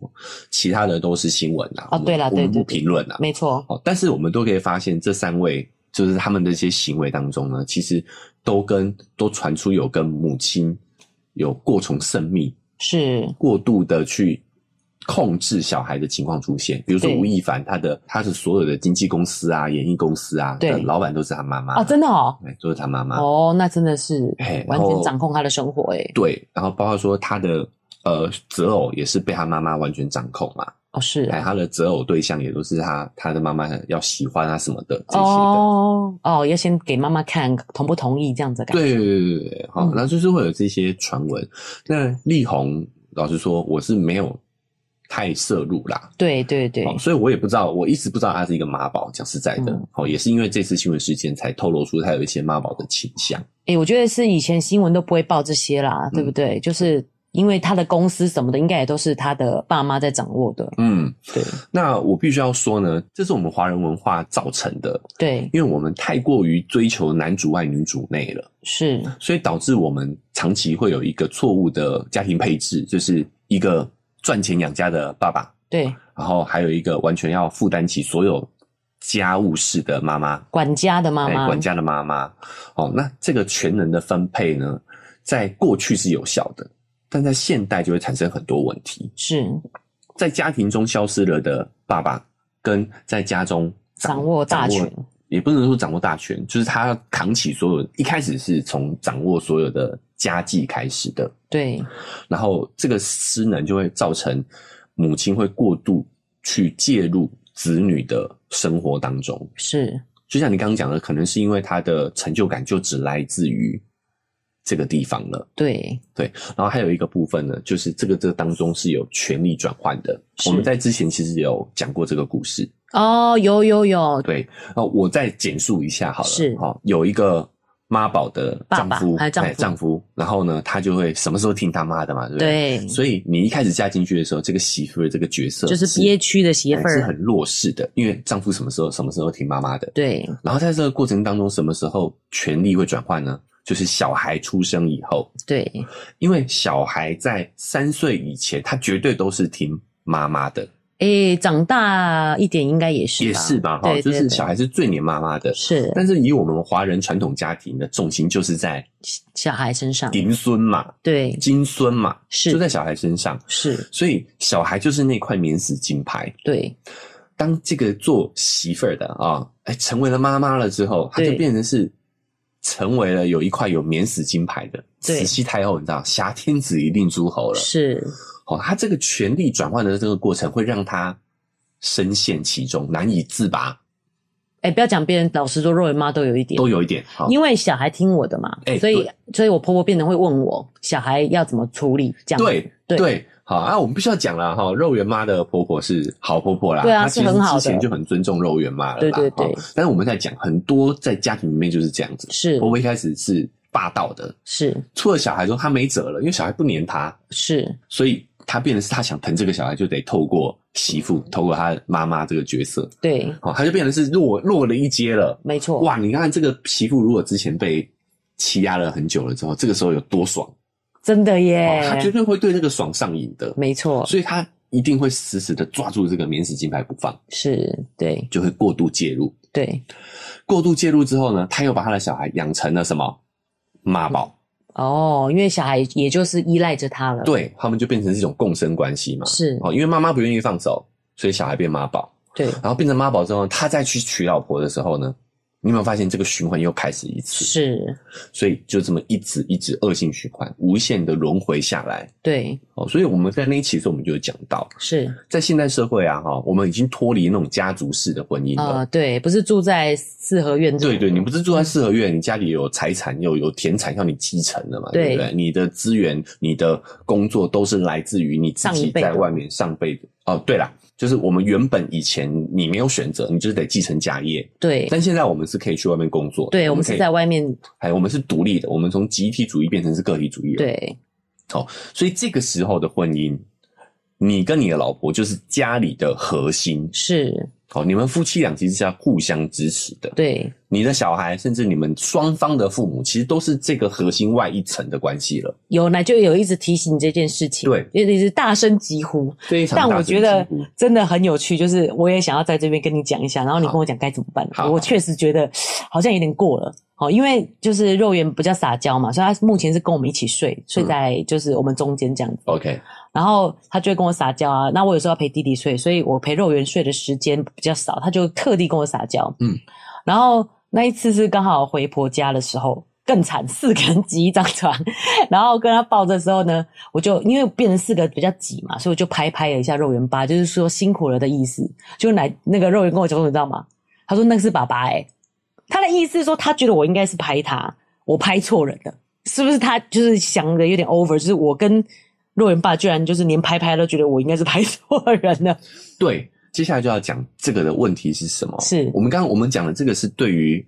Speaker 3: 其他的都是新闻啦。
Speaker 2: 哦
Speaker 3: 我们
Speaker 2: 对啦
Speaker 3: 我们
Speaker 2: 对对
Speaker 3: 不评论啦。
Speaker 2: 没错。
Speaker 3: 哦，但是我们都可以发现，这三位就是他们的一些行为当中呢，其实都跟都传出有跟母亲有过从甚密、
Speaker 2: 是
Speaker 3: 过度的去控制小孩的情况出现。比如说
Speaker 2: 对
Speaker 3: 吴亦凡，他的他的所有的经纪公司啊、演艺公司啊
Speaker 2: 对
Speaker 3: 的老板都是他妈妈
Speaker 2: 啊，真的哦，
Speaker 3: 对，都是他妈妈。
Speaker 2: 哦，那真的是
Speaker 3: 啊哎
Speaker 2: 完
Speaker 3: 然后
Speaker 2: 全掌控他的生活哎，
Speaker 3: 对，然后包括说他的呃择偶也是被他妈妈完全掌控嘛，
Speaker 2: 哦是
Speaker 3: 哎，
Speaker 2: 啊
Speaker 3: 他的择偶对象也都是他他的妈妈要喜欢啊什么的这些的。
Speaker 2: 哦哦，要先给妈妈看同不同意这样子的感觉，
Speaker 3: 对对对对对，好，
Speaker 2: 嗯
Speaker 3: 然后就是会有这些传闻。那力宏，老实说，我是没有太摄入啦，
Speaker 2: 对对对
Speaker 3: 好，所以我也不知道，我一直不知道他是一个妈宝。讲实在的
Speaker 2: 嗯，
Speaker 3: 好、也是因为这次新闻事件才透露出他有一些妈宝的倾向。
Speaker 2: 哎，我觉得是以前新闻都不会报这些
Speaker 3: 嗯
Speaker 2: 啦，对不对？就是因为他的公司什么的，应该也都是他的爸妈在掌握的，
Speaker 3: 嗯，
Speaker 2: 对
Speaker 3: 那我必须要说呢，这是我们华人文化造成的，
Speaker 2: 对
Speaker 3: 因为我们太过于追求男主外女主内了，
Speaker 2: 是，
Speaker 3: 所以导致我们长期会有一个错误的家庭配置，就是一个赚钱养家的爸爸。
Speaker 2: 对
Speaker 3: 然后还有一个完全要负担起所有家务事的妈妈，
Speaker 2: 管家的妈
Speaker 3: 哎
Speaker 2: 妈，
Speaker 3: 管家的妈妈。哦，那这个全能的分配呢，在过去是有效的，但在现代就会产生很多问题。
Speaker 2: 是
Speaker 3: 在家庭中消失了的爸爸，跟在家中
Speaker 2: 掌握大
Speaker 3: 掌
Speaker 2: 权，
Speaker 3: 也不能说掌握大权，就是他要扛起所有。一开始是从掌握所有的家计开始的，
Speaker 2: 对
Speaker 3: 然后这个失能就会造成母亲会过度去介入子女的生活当中。
Speaker 2: 是，
Speaker 3: 就像你刚刚讲的，可能是因为他的成就感就只来自于这个地方了。
Speaker 2: 对
Speaker 3: 然后还有一个部分呢，就是这个这个当中是有权力转换的。
Speaker 2: 是
Speaker 3: 我们在之前其实有讲过这个故事，
Speaker 2: 哦，有有有，
Speaker 3: 对。哦，我再简述一下好了。
Speaker 2: 是
Speaker 3: 哦，有一个。妈宝的
Speaker 2: 爸
Speaker 3: 丈
Speaker 2: 爸呃
Speaker 3: 夫，
Speaker 2: 还丈
Speaker 3: 哎
Speaker 2: 夫
Speaker 3: 丈夫，然后呢，他就会什么时候听他妈的嘛，对不对？
Speaker 2: 对，
Speaker 3: 所以你一开始嫁进去的时候，这个媳妇的这个角色
Speaker 2: 就是憋屈的媳妇
Speaker 3: 是
Speaker 2: 儿
Speaker 3: 很，弱势的，因为丈夫什么时候什么时候听妈妈的。
Speaker 2: 对
Speaker 3: 然后在这个过程当中，什么时候权力会转换呢？就是小孩出生以后，
Speaker 2: 对
Speaker 3: 因为小孩在三岁以前，他绝对都是听妈妈的，
Speaker 2: 诶，长大一点应该也是吧，
Speaker 3: 也是吧？哈，
Speaker 2: 对，
Speaker 3: 就
Speaker 2: 对
Speaker 3: 是
Speaker 2: 对
Speaker 3: 小孩是最黏妈妈的。
Speaker 2: 是
Speaker 3: 但是以我们华人传统家庭的重心，就是在
Speaker 2: 小孩身上，
Speaker 3: 顶孙嘛、
Speaker 2: 对，
Speaker 3: 金孙嘛，
Speaker 2: 是
Speaker 3: 就在小孩身上，
Speaker 2: 是，
Speaker 3: 所以小孩就是那块免死金牌。
Speaker 2: 对，
Speaker 3: 当这个做媳妇儿的啊，哎、成为了妈妈了之后，她就
Speaker 2: 对
Speaker 3: 变成是成为了有一块有免死金牌的
Speaker 2: 对
Speaker 3: 慈禧太后，你知道，挟天子以令诸侯了。
Speaker 2: 是，
Speaker 3: 哦，她这个权力转换的这个过程，会让她深陷其中，难以自拔，
Speaker 2: 诶，不要讲别人，老实说，肉圆妈都有一点
Speaker 3: 都。有一点。哦好、
Speaker 2: 因为小孩听我的嘛，
Speaker 3: 哎
Speaker 2: 所以
Speaker 3: 对
Speaker 2: 所以我婆婆变得会问我小孩要怎么处理，这样
Speaker 3: 对
Speaker 2: 对
Speaker 3: 对，好啊，我们必须要讲了哈，肉圆妈的婆婆是好婆婆啦，
Speaker 2: 对啊
Speaker 3: 她其实
Speaker 2: 是很好的
Speaker 3: 之前就很尊重肉圆妈了啦，
Speaker 2: 对对对
Speaker 3: 哈但是我们在讲很多在家庭里面就是这样子，
Speaker 2: 是
Speaker 3: 婆婆一开始是霸道的，
Speaker 2: 是
Speaker 3: 错了小孩之后他没辙了，因为小孩不黏他，
Speaker 2: 是，
Speaker 3: 所以他变得是他想疼这个小孩，就得透过媳妇，透过他妈妈这个角色，
Speaker 2: 对，
Speaker 3: 哦，他就变得是落落了一阶了。
Speaker 2: 没错，
Speaker 3: 哇，你看这个媳妇如果之前被欺压了很久了之后，这个时候有多爽，
Speaker 2: 真的耶
Speaker 3: 哦，他绝对会对这个爽上瘾的，
Speaker 2: 没错，
Speaker 3: 所以他一定会死死的抓住这个免死金牌不放，
Speaker 2: 是，对
Speaker 3: 就会过度介入。
Speaker 2: 对，
Speaker 3: 过度介入之后呢，他又把他的小孩养成了什么妈宝？
Speaker 2: 哦，因为小孩也就是依赖着他了，，
Speaker 3: 对他们就变成是一种共生关系嘛。
Speaker 2: 嗯是，
Speaker 3: 哦，因为妈妈不愿意放手，所以小孩变妈宝。
Speaker 2: 对，
Speaker 3: 然后变成妈宝之后，他再去娶老婆的时候呢，你有没有发现这个循环又开始一次？
Speaker 2: 是，
Speaker 3: 所以就这么一直一直恶性循环，无限的轮回下来。
Speaker 2: 对，
Speaker 3: 哦，所以我们在那一期的时候，我们就有讲到，
Speaker 2: 是，
Speaker 3: 在现代社会啊，哈，我们已经脱离那种家族式的婚姻了。
Speaker 2: 呃，对，不是住在四合院这种，
Speaker 3: 哦对对，你不是住在四合院，你家里有财产，又有田产要你继承的嘛，对
Speaker 2: 对
Speaker 3: 不对？你的资源、你的工作都是来自于你自
Speaker 2: 上
Speaker 3: 己
Speaker 2: 一辈
Speaker 3: 在
Speaker 2: 的
Speaker 3: 外面上辈子。哦，对啦，就是我们原本以前你没有选择，你就是得继承家业，
Speaker 2: 对，
Speaker 3: 但现在我们是可以去外面工作的，
Speaker 2: 对，我们
Speaker 3: 可以
Speaker 2: 是在外面，
Speaker 3: 哎，我们是独立的，我们从集体主义变成是个体主义了。，
Speaker 2: 对，
Speaker 3: 所以这个时候的婚姻，你跟你的老婆就是家里的核心，
Speaker 2: 是，
Speaker 3: 好，你们夫妻俩其实是要互相支持的。
Speaker 2: 对，
Speaker 3: 你的小孩，甚至你们双方的父母，其实都是这个核心外一层的关系了，
Speaker 2: 有呢就有一直提醒这件事情，
Speaker 3: 对，
Speaker 2: 也一直大声疾呼。
Speaker 3: 非常大
Speaker 2: 但
Speaker 3: 声
Speaker 2: 我觉得
Speaker 3: 疾呼
Speaker 2: 真的很有趣，就是我也想要在这边跟你讲一下，然后你
Speaker 3: 好
Speaker 2: 跟我讲该怎么办
Speaker 3: 好。好
Speaker 2: 我确实觉得好像有点过了，哦，因为就是肉圆比较撒娇嘛，所以他目前是跟我们一起睡，
Speaker 3: 嗯
Speaker 2: 睡在就是我们中间这样子，
Speaker 3: OK，
Speaker 2: 然后他就会跟我撒娇啊。那我有时候要陪弟弟睡，所以我陪肉圆睡的时间比较少，他就特地跟我撒娇。
Speaker 3: 嗯，
Speaker 2: 然后那一次是刚好回婆家的时候。更惨，四个人挤一张床， 然后跟他抱的时候呢，我就因为变成四个比较挤嘛，所以我就拍拍了一下肉圆爸，就是说辛苦了的意思。就奶那个肉圆跟我讲说，你知道吗？他说那个是爸爸哎、他的意思是说他觉得我应该是拍他，我拍错人了，是不是？他就是想的有点 over，就是我跟肉圆爸居然就是连拍拍都觉得我应该是拍错人了，
Speaker 3: 对，接下来就要讲这个的问题是什么？
Speaker 2: 是
Speaker 3: 我们刚刚我们讲的这个是对于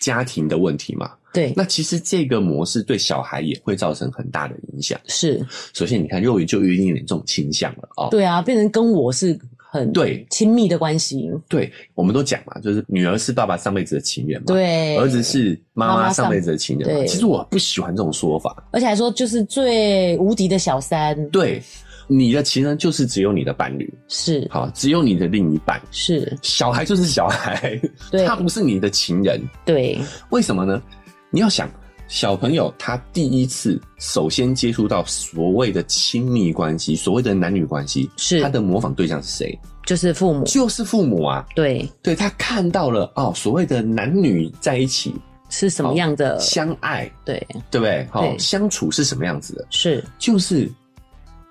Speaker 3: 家庭的问题嘛？
Speaker 2: 对，
Speaker 3: 那其实这个模式对小孩也会造成很大的影响。
Speaker 2: 是，
Speaker 3: 首先，你看肉圆就有一点点这种倾向了哦。
Speaker 2: 对啊，变成跟我是很
Speaker 3: 对
Speaker 2: 亲密的关系，
Speaker 3: 对，我们都讲嘛，就是女儿是爸爸上辈子的情人嘛，，
Speaker 2: 对，
Speaker 3: 儿子是妈
Speaker 2: 妈
Speaker 3: 妈
Speaker 2: 妈
Speaker 3: 上
Speaker 2: 上
Speaker 3: 辈子的情人嘛。
Speaker 2: 对
Speaker 3: 其实我不喜欢这种说法，
Speaker 2: 而且还说就是最无敌的小三，
Speaker 3: 对，你的情人就是只有你的伴侣，
Speaker 2: 是
Speaker 3: 好，只有你的另一半。
Speaker 2: 是，
Speaker 3: 小孩就是小孩，
Speaker 2: 对
Speaker 3: 他不是你的情人，
Speaker 2: 对，
Speaker 3: 为什么呢？你要想，小朋友他第一次首先接触到所谓的亲密关系，所谓的男女关系，
Speaker 2: 是
Speaker 3: 他的模仿对象是谁？
Speaker 2: 就是父母，
Speaker 3: 就是父母啊。
Speaker 2: 对，
Speaker 3: 对他看到了哦，所谓的男女在一起
Speaker 2: 是什么样的，
Speaker 3: 相爱，
Speaker 2: 对，
Speaker 3: 对不对？好、
Speaker 2: 对
Speaker 3: 相处是什么样子的？
Speaker 2: 是，
Speaker 3: 就是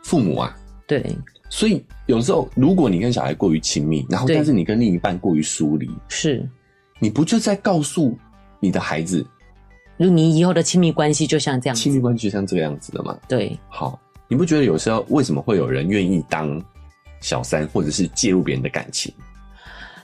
Speaker 3: 父母啊，
Speaker 2: 对，
Speaker 3: 所以有时候，如果你跟小孩过于亲密，然后
Speaker 2: 对
Speaker 3: 但是你跟另一半过于疏离，
Speaker 2: 是。
Speaker 3: 你不就在告诉你的孩子，
Speaker 2: 就你以后的亲密关系就像这样子
Speaker 3: 亲密关系就像这个样子的吗？
Speaker 2: 对，
Speaker 3: 好，你不觉得有时候为什么会有人愿意当小三，或者是介入别人的感情？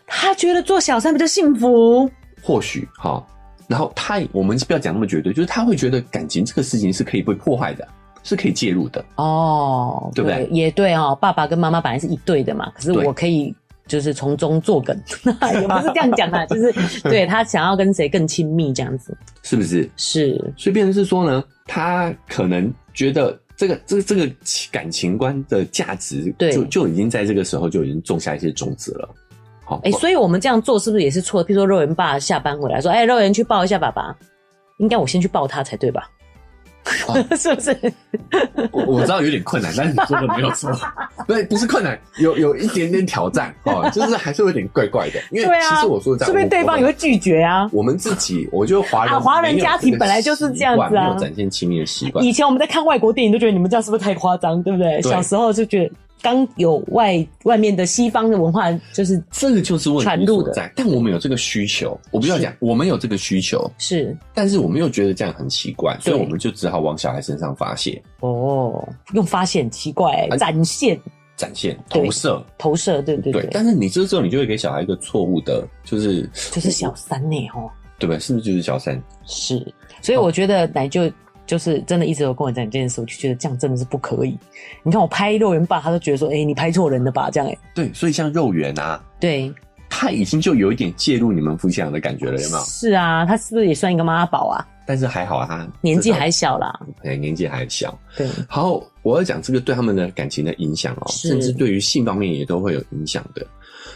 Speaker 2: 他觉得做小三比较幸福。
Speaker 3: 或许哈、好然后他我们不要讲那么绝对，就是他会觉得感情这个事情是可以被破坏的，是可以介入的。
Speaker 2: 哦，
Speaker 3: 对不对
Speaker 2: 也对哦，爸爸跟妈妈本来是一对的嘛，可是
Speaker 3: 对
Speaker 2: 我可以就是从中作梗， 也不是这样 讲啦，啊就是对他想要跟谁更亲密这样子，
Speaker 3: 是不是？
Speaker 2: 是
Speaker 3: 所以变成是说呢，他可能觉得这个这个这个感情观的价值就，
Speaker 2: 对
Speaker 3: 就已经在这个时候就已经种下一些种子了。好，
Speaker 2: 哎、所以我们这样做是不是也是错的？譬如说肉圆爸下班回来说，哎、肉圆去抱一下爸爸，应该我先去抱他才对吧？
Speaker 3: 哦
Speaker 2: 是不是？
Speaker 3: 我我知道有点困难，但是你说的没有 错，对，不是困难，有有一点点挑战 哦，就是还是有点怪怪的，因为
Speaker 2: 对
Speaker 3: 其
Speaker 2: 啊
Speaker 3: 实我说实在，
Speaker 2: 说不定
Speaker 3: 我
Speaker 2: 对方也会拒绝啊。
Speaker 3: 我们自己，我觉得华人
Speaker 2: 啊华人
Speaker 3: 没有
Speaker 2: 家庭本来就是这样子啊
Speaker 3: 习惯没有展现亲密的习惯
Speaker 2: 以。前我们在看外国电影都觉得你们这样是不是太夸张，对不对？
Speaker 3: 对
Speaker 2: 小时候就觉得刚有外外面的西方的文化，就是
Speaker 3: 这个就是问
Speaker 2: 传
Speaker 3: 题
Speaker 2: 入
Speaker 3: 所
Speaker 2: 的
Speaker 3: 在，但我们有这个需求，我不要讲，我们有这个需求，
Speaker 2: 是
Speaker 3: 但是我们又觉得这样很奇怪，所以
Speaker 2: 对
Speaker 3: 我们就只好往小孩身上发泄、
Speaker 2: 哦，用发现奇怪、
Speaker 3: 哎
Speaker 2: 展现
Speaker 3: 展现、
Speaker 2: 对
Speaker 3: 投射。
Speaker 2: 投射，对对
Speaker 3: 对，
Speaker 2: 对，
Speaker 3: 但是你这时候你就会给小孩一个错误的，就是
Speaker 2: 就是小三呢哦，
Speaker 3: 对吧？是不是就是哦小三？
Speaker 2: 是，所以我觉得奶舅就是真的一直有跟我讲这件事，我就觉得这样真的是不可以。你看我拍肉圆爸，他都觉得说，哎、你拍错人了吧？这样、哎，
Speaker 3: 对，所以像肉圆啊，
Speaker 2: 对，
Speaker 3: 他已经就有一点介入你们夫妻俩的感觉了，有没有？
Speaker 2: 是啊，他是不是也算一个妈宝啊？
Speaker 3: 但是还好啊，他
Speaker 2: 年纪
Speaker 3: 至少
Speaker 2: 还小啦，
Speaker 3: 哎年纪还小。
Speaker 2: 对，
Speaker 3: 好，我要讲这个对他们的感情的影响哦，
Speaker 2: 是
Speaker 3: 甚至对于性方面也都会有影响的。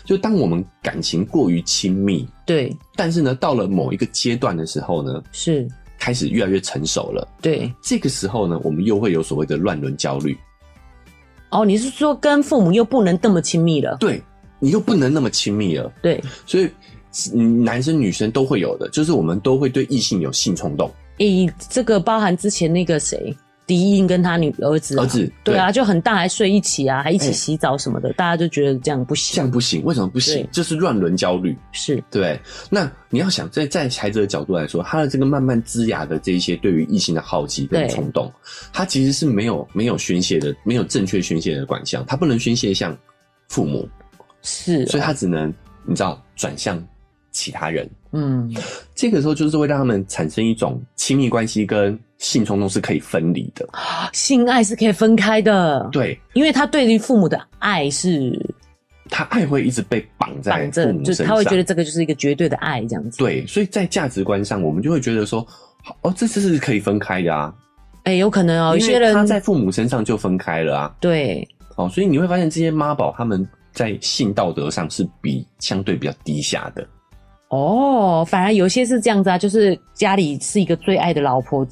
Speaker 3: 就当我们感情过于亲密，
Speaker 2: 对，
Speaker 3: 但是呢，到了某一个阶段的时候呢，
Speaker 2: 是，
Speaker 3: 开始越来越成熟了。
Speaker 2: 对。
Speaker 3: 这个时候呢，我们又会有所谓的乱伦焦虑。
Speaker 2: 哦，你是说跟父母又不能这么亲密了？
Speaker 3: 对你又不能那么亲密了，
Speaker 2: 对，
Speaker 3: 所以嗯男生女生都会有的，就是我们都会对异性有性冲动。
Speaker 2: 诶、这个包含之前那个谁，迪英跟他女儿子、啊，
Speaker 3: 儿子
Speaker 2: 对
Speaker 3: 对
Speaker 2: 啊，就很大，还睡一起啊，还一起
Speaker 3: 哎
Speaker 2: 洗澡什么的，大家就觉得这样不
Speaker 3: 这
Speaker 2: 行。
Speaker 3: 样不行，为什么不行
Speaker 2: 对？
Speaker 3: 这是乱伦焦虑，
Speaker 2: 是，
Speaker 3: 对不对？那你要想，在在孩子的角度来说，他的这个慢慢滋养的这一些对于异性的好奇跟
Speaker 2: 对
Speaker 3: 冲动，他其实是没有没有宣泄的，没有正确宣泄的管向，他不能宣泄向父母，
Speaker 2: 是、啊
Speaker 3: 所以他只能你知道转向其他人。
Speaker 2: 嗯，
Speaker 3: 这个时候就是会让他们产生一种亲密关系跟性冲动是可以分离的，
Speaker 2: 啊性爱是可以分开的，，
Speaker 3: 啊对
Speaker 2: 因为他对于父母的爱是
Speaker 3: 他爱会一直被绑在
Speaker 2: 绑
Speaker 3: 哎父
Speaker 2: 着，
Speaker 3: 母
Speaker 2: 就
Speaker 3: 身
Speaker 2: 是
Speaker 3: 上，
Speaker 2: 他会觉得这个就是一个绝对的爱这样子。，
Speaker 3: 对，所以在价值观上，我们就会觉得说，哦，这次是可以分开的啊，
Speaker 2: 哎、有可能哦，有
Speaker 3: 因
Speaker 2: 些
Speaker 3: 为
Speaker 2: 人
Speaker 3: 他在父母身上就分开了啊，
Speaker 2: 对
Speaker 3: 哦，所以你会发现这些妈宝他们在性道德上是比相对比较低下的，
Speaker 2: 哦，反而有些是这样子啊，就是家里是一个最爱的老婆。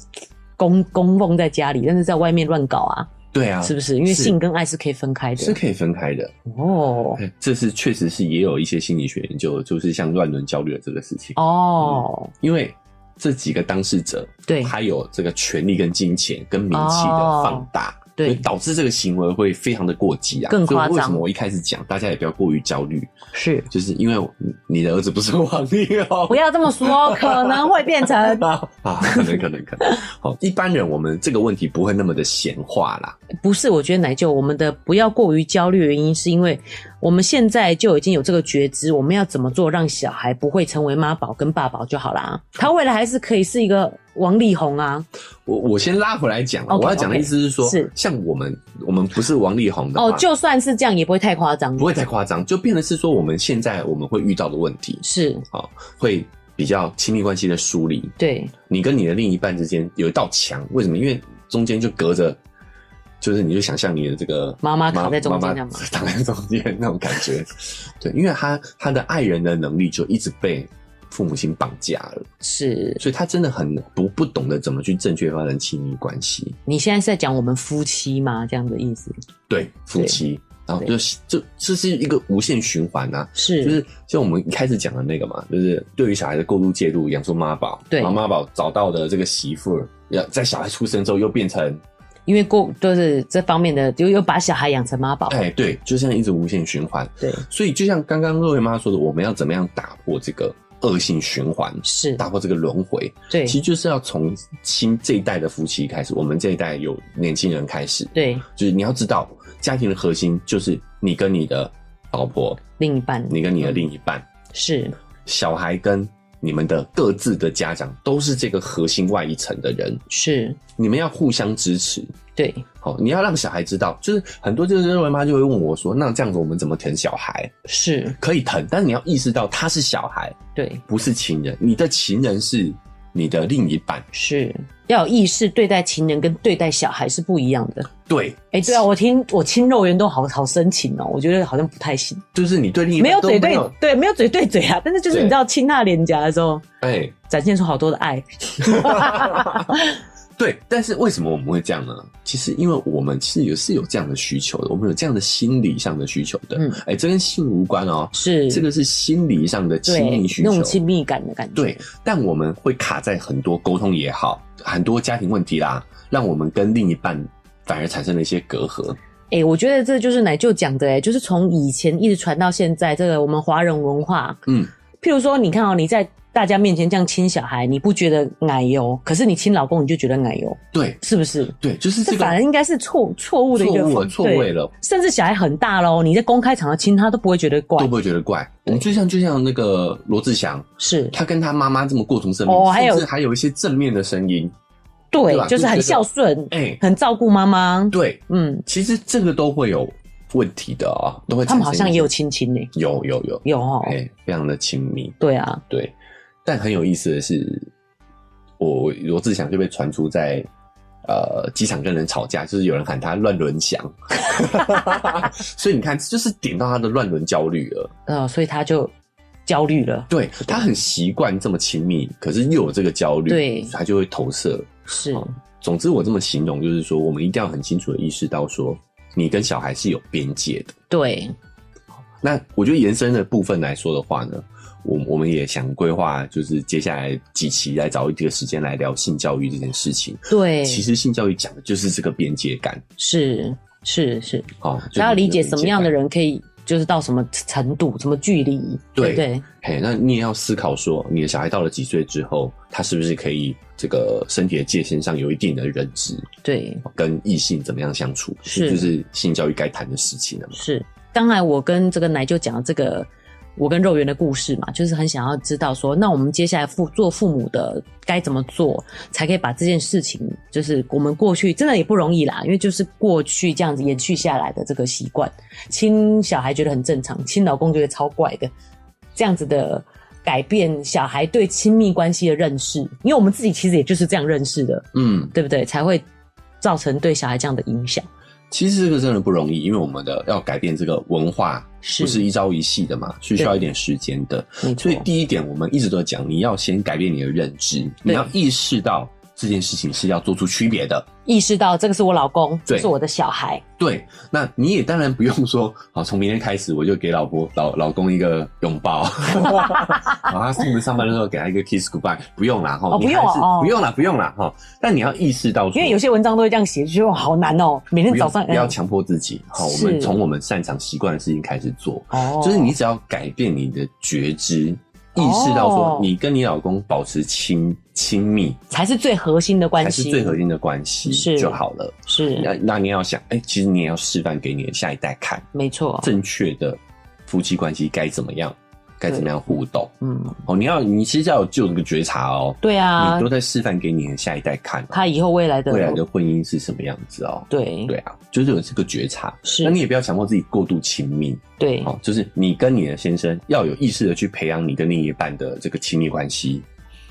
Speaker 2: 供供奉在家里，但是在外面乱搞啊，
Speaker 3: 对啊，
Speaker 2: 是不是？因为
Speaker 3: 是
Speaker 2: 性跟爱是可以分开的。
Speaker 3: 是可以分开的，
Speaker 2: 哦
Speaker 3: 对这是确实是也有一些心理学研究，就是像乱伦焦虑的这个事情，
Speaker 2: 哦，
Speaker 3: 因为这几个当事者
Speaker 2: 对
Speaker 3: 还有这个权力跟金钱跟名气的放大，
Speaker 2: 哦对
Speaker 3: 所以导致这个行为会非常的过激啊，
Speaker 2: 更夸张
Speaker 3: 所以为什么我一开始讲大家也不要过于焦虑，
Speaker 2: 是
Speaker 3: 就是因为你的儿子不是皇帝哦
Speaker 2: 不。要这么说，可能会变成
Speaker 3: 啊啊，可能可能可能，好，一般人我们这个问题不会那么的闲话啦，
Speaker 2: 不是？我觉得奶舅，我们的不要过于焦虑的原因，是因为我们现在就已经有这个觉知，我们要怎么做让小孩不会成为妈宝跟爸宝就好
Speaker 3: 啊
Speaker 2: 啦。他未来还是可以是一个王力宏啊。
Speaker 3: 我我先拉回来讲啊
Speaker 2: OK，
Speaker 3: 我要讲的意思是说
Speaker 2: OK，是
Speaker 3: 像我们我们不是王力宏的话
Speaker 2: 哦，就算是这样，也不会太夸张
Speaker 3: 不。会太夸张，就变得是说我们现在我们会遇到的问题，
Speaker 2: 是，
Speaker 3: 会比较亲密关系的疏离，
Speaker 2: 对，
Speaker 3: 你跟你的另一半之间有一道墙，为什么？因为中间就隔着，就是你就想象你的这个
Speaker 2: 妈妈卡在中间
Speaker 3: 妈妈
Speaker 2: 这样吗
Speaker 3: 躺在中间那种感觉。对，因为他他的爱人的能力就一直被父母亲绑架了，
Speaker 2: 是。
Speaker 3: 所以他真的很不不懂得怎么去正确发展亲密关系。
Speaker 2: 你现在是在讲我们夫妻吗？这样的意思
Speaker 3: 对，夫妻，然后就是这这是一个无限循环啊。
Speaker 2: 是，
Speaker 3: 就是像我们一开始讲的那个嘛，就是对于小孩的过度介入，养出妈宝，
Speaker 2: 对
Speaker 3: 然后妈宝找到的这个媳妇儿，要在小孩出生之后又变成
Speaker 2: 因为过就是这方面的，就又把小孩养成妈宝。
Speaker 3: 哎，对，就像一直无限循环。
Speaker 2: 对，
Speaker 3: 所以就像刚刚若瑞妈说的，我们要怎么样打破这个恶性循环，
Speaker 2: 是，
Speaker 3: 打破这个轮回，
Speaker 2: 对
Speaker 3: 其，实就是要从新这一代的夫妻开始，我们这一代有年轻人开始，
Speaker 2: 对，
Speaker 3: 就是你要知道，家庭的核心就是你跟你的老婆，
Speaker 2: 另一半，嗯
Speaker 3: 你跟你的另一半，
Speaker 2: 是
Speaker 3: 小孩跟你们的各自的家长都是这个核心外一层的人，
Speaker 2: 是，
Speaker 3: 你们要互相支持。
Speaker 2: 对，
Speaker 3: 好，你要让小孩知道，就是很多就是认为妈就会问我说，那这样子我们怎么疼小孩？
Speaker 2: 是，
Speaker 3: 可以疼，但是你要意识到他是小孩，
Speaker 2: 对，
Speaker 3: 不是情人。你的情人是你的另一半，
Speaker 2: 是要有意识对待情人跟对待小孩是不一样的。
Speaker 3: 对，
Speaker 2: 哎、对啊，我听我亲肉圆都好好深情哦，我觉得好像不太行，
Speaker 3: 就是你对另一半
Speaker 2: 没有
Speaker 3: 都
Speaker 2: 嘴对
Speaker 3: 有
Speaker 2: 对，没有嘴对嘴啊，但是就是
Speaker 3: 对
Speaker 2: 你知道亲他脸颊的时候，
Speaker 3: 哎、
Speaker 2: 展现出好多的爱。
Speaker 3: 对。但是为什么我们会这样呢？其实因为我们是有是有这样的需求的，我们有这样的心理上的需求的。
Speaker 2: 嗯
Speaker 3: 哎、这跟性无关哦，
Speaker 2: 是
Speaker 3: 这个是心理上的亲
Speaker 2: 对
Speaker 3: 密需
Speaker 2: 那
Speaker 3: 求
Speaker 2: 种。亲密感的感觉。
Speaker 3: 对，但我们会卡在很多沟通也好，很多家庭问题啦，让我们跟另一半反而产生了一些隔阂。
Speaker 2: 哎、我觉得这就是奶舅讲的、哎，就是从以前一直传到现在，这个我们华人文化，
Speaker 3: 嗯，
Speaker 2: 譬如说，你看哦，你在大家面前这样亲小孩，你不觉得奶油，可是你亲老公你就觉得奶油，
Speaker 3: 对
Speaker 2: 是不是？
Speaker 3: 对，就是
Speaker 2: 这
Speaker 3: 这
Speaker 2: 反而
Speaker 3: 个
Speaker 2: 应该是错错误的一个
Speaker 3: 错误了
Speaker 2: 方
Speaker 3: 错位，了
Speaker 2: 对甚至小孩很大喽，你在公开场合亲他都不会觉得怪
Speaker 3: 都，不会觉得怪。
Speaker 2: 对
Speaker 3: 就像就像那个罗志祥，
Speaker 2: 是
Speaker 3: 他跟他妈妈这么过从甚密，
Speaker 2: 哦还有
Speaker 3: 甚至还有一些正面的声音。
Speaker 2: 对
Speaker 3: 对吧，
Speaker 2: 就是
Speaker 3: 就觉
Speaker 2: 很
Speaker 3: 得
Speaker 2: 孝顺，
Speaker 3: 哎
Speaker 2: 很照顾妈妈，
Speaker 3: 对，
Speaker 2: 嗯，
Speaker 3: 其实这个都会有问题的啊、都会
Speaker 2: 他
Speaker 3: 产
Speaker 2: 们
Speaker 3: 生
Speaker 2: 好像
Speaker 3: 一些
Speaker 2: 也有亲亲呢，
Speaker 3: 有有有，
Speaker 2: 有哦，
Speaker 3: 哎、非常的亲密。
Speaker 2: 对啊，
Speaker 3: 对，但很有意思的是，我罗志祥就被传出在呃机场跟人吵架，就是有人喊他乱伦祥， 所以你看，就是点到他的乱伦焦虑了。
Speaker 2: 呃，所以他就焦虑了，
Speaker 3: 对他很习惯这么亲密，可是又有这个焦虑，
Speaker 2: 对
Speaker 3: 他就会投射。
Speaker 2: 是
Speaker 3: 哦总之，我这么形容就是说，我们一定要很清楚的意识到说，你跟小孩是有边界的。
Speaker 2: 对，
Speaker 3: 那我觉得延伸的部分来说的话呢，我我们也想规划，就是接下来几期来找一个时间来聊性教育这件事情。
Speaker 2: 对，
Speaker 3: 其实性教育讲的就是这个边界感，
Speaker 2: 是是是，
Speaker 3: 哦，就是
Speaker 2: 他要理
Speaker 3: 这
Speaker 2: 解
Speaker 3: 个边界
Speaker 2: 什么样的
Speaker 3: 感。
Speaker 2: 人可以，就是到什么程度、什么距离，对
Speaker 3: 对
Speaker 2: 不对，
Speaker 3: 嘿，那你也要思考说，你的小孩到了几岁之后，他是不是可以这个身体的界限上有一定的认知，
Speaker 2: 对
Speaker 3: 跟异性怎么样相处，
Speaker 2: 是
Speaker 3: 就是性教育该谈的事情了嘛。
Speaker 2: 是。刚才我跟这个奶就讲了这个我跟肉圆的故事嘛，就是很想要知道说，那我们接下来父做父母的该怎么做，才可以把这件事情，就是我们过去真的也不容易啦，因为就是过去这样子延续下来的这个习惯，亲小孩觉得很正常，亲老公觉得超怪的，这样子的。改变小孩对亲密关系的认识，因为我们自己其实也就是这样认识的，
Speaker 3: 嗯，
Speaker 2: 对不对？才会造成对小孩这样的影响。
Speaker 3: 其实这个真的不容易，因为我们的要改变这个文化，
Speaker 2: 是
Speaker 3: 不是一朝一夕的嘛，是需要一点时间的。
Speaker 2: 没
Speaker 3: 所
Speaker 2: 错
Speaker 3: 以，第一点，我们一直都讲，你要先改变你的认知，你要意识到这件事情是要做出区别的。
Speaker 2: 意识到这个是我老公，
Speaker 3: 对
Speaker 2: 这是我的小孩，
Speaker 3: 对，那你也当然不用说，好，从明天开始我就给老婆老老公一个 拥抱，好，他出门上班的时候给他一个 kiss goodbye，不用啦哈，
Speaker 2: 哦
Speaker 3: 你还
Speaker 2: 不用啊
Speaker 3: 是
Speaker 2: 哦
Speaker 3: 不用啦，不用啦哈。但你要意识到说，
Speaker 2: 因为有些文章都会这样写，就觉得哇好难哦，每天
Speaker 3: 不
Speaker 2: 早
Speaker 3: 用
Speaker 2: 上
Speaker 3: 不要强迫自己，好，我
Speaker 2: 是
Speaker 3: 们从我们擅长习惯的事情开始做，
Speaker 2: 哦
Speaker 3: 就是你只要改变你的觉知，意识到
Speaker 2: 哦
Speaker 3: 说你跟你老公保持亲亲密。
Speaker 2: 才是最核心的关
Speaker 3: 才
Speaker 2: 系，
Speaker 3: 是最核心的关
Speaker 2: 是
Speaker 3: 系就好了。那
Speaker 2: 是
Speaker 3: 那你要想，哎、其实你也要示范给你的下一代看，
Speaker 2: 没错，
Speaker 3: 正确的夫妻关系该怎么样，该怎么样互动。
Speaker 2: 嗯，
Speaker 3: 哦，你要你其实要有就这个觉察哦，
Speaker 2: 对啊
Speaker 3: 你，都在示范给你的下一代看、哦
Speaker 2: 他以后未来的
Speaker 3: 未来的婚姻是什么样子哦。
Speaker 2: 对
Speaker 3: 对啊，就是有这个觉察。
Speaker 2: 是
Speaker 3: 那你也不要强迫自己过度亲密
Speaker 2: 对
Speaker 3: 哦，就是你跟你的先生要有意识的去培养你跟另一半的这个亲密关系。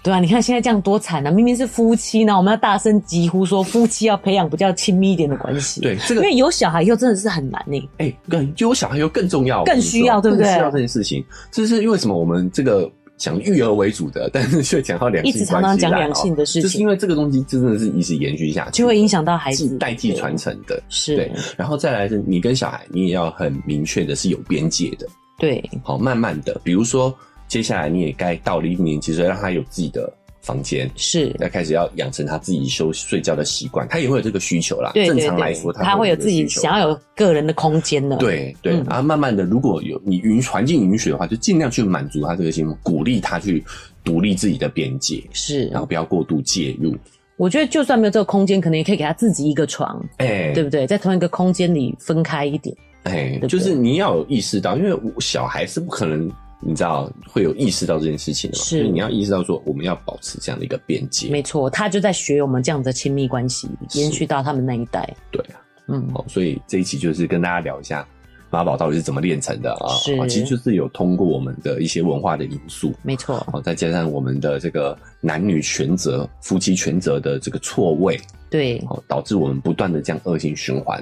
Speaker 2: 对啊，你看现在这样多惨啊！明明是夫妻呢，我们要大声疾呼说夫妻要培养比较亲密一点的关系，，
Speaker 3: 对，
Speaker 2: 因
Speaker 3: 这个
Speaker 2: 为有小孩以后真的是很难欸呢，
Speaker 3: 哎、更就我小孩又更重要，
Speaker 2: 更
Speaker 3: 我跟你说
Speaker 2: 需要对不对
Speaker 3: 更需要这件事情，这是为什么我们这个讲育儿为主的，但是却讲到两
Speaker 2: 一
Speaker 3: 性
Speaker 2: 直常常
Speaker 3: 关系
Speaker 2: 讲
Speaker 3: 啦
Speaker 2: 两性
Speaker 3: 哦
Speaker 2: 的事
Speaker 3: 就是因
Speaker 2: 情，
Speaker 3: 为这个东西真的是一直延续下去，
Speaker 2: 就会影响到孩子
Speaker 3: 继代际传承的。
Speaker 2: 是
Speaker 3: 对，然后再来是你跟小孩，你也要很明确的是有边界的，
Speaker 2: 对
Speaker 3: 好，慢慢的，比如说接下来你也该到了一定年纪，所以让他有自己的房间。
Speaker 2: 是。
Speaker 3: 要开始要养成他自己休睡觉的习惯，他也会有这个需求啦。
Speaker 2: 对对
Speaker 3: 正常来
Speaker 2: 对，
Speaker 3: 说，
Speaker 2: 他会
Speaker 3: 有
Speaker 2: 有
Speaker 3: 这
Speaker 2: 自
Speaker 3: 个
Speaker 2: 己
Speaker 3: 需求
Speaker 2: 想要有个人的空间了。
Speaker 3: 对对，
Speaker 2: 嗯
Speaker 3: 然后慢慢的，如果有你允环境允许的话，就尽量去满足他这个心，鼓励他去独立自己的边界，
Speaker 2: 是，
Speaker 3: 然后不要过度介入。
Speaker 2: 我觉得就算没有这个空间，可能也可以给他自己一个床，
Speaker 3: 哎、
Speaker 2: 对不对？在同一个空间里分开一点，
Speaker 3: 哎、
Speaker 2: 对
Speaker 3: 就是你要有意识到，因为我小孩是不可能，你知道会有意识到这件事情的嘛，
Speaker 2: 是
Speaker 3: 所以你要意识到说，我们要保持这样的一个边界。
Speaker 2: 没错，他就在学我们这样的亲密关系，
Speaker 3: 是
Speaker 2: 延续到他们那一代。
Speaker 3: 对啊，
Speaker 2: 嗯，
Speaker 3: 哦，所以这一期就是跟大家聊一下。妈宝到底是怎么炼成的啊？
Speaker 2: 是
Speaker 3: 啊其实就是有通过我们的一些文化的因素，
Speaker 2: 没错，
Speaker 3: 好，再加上我们的这个男女权责、夫妻权责的这个错位，
Speaker 2: 对。
Speaker 3: 好，导致我们不断的这样恶性循环。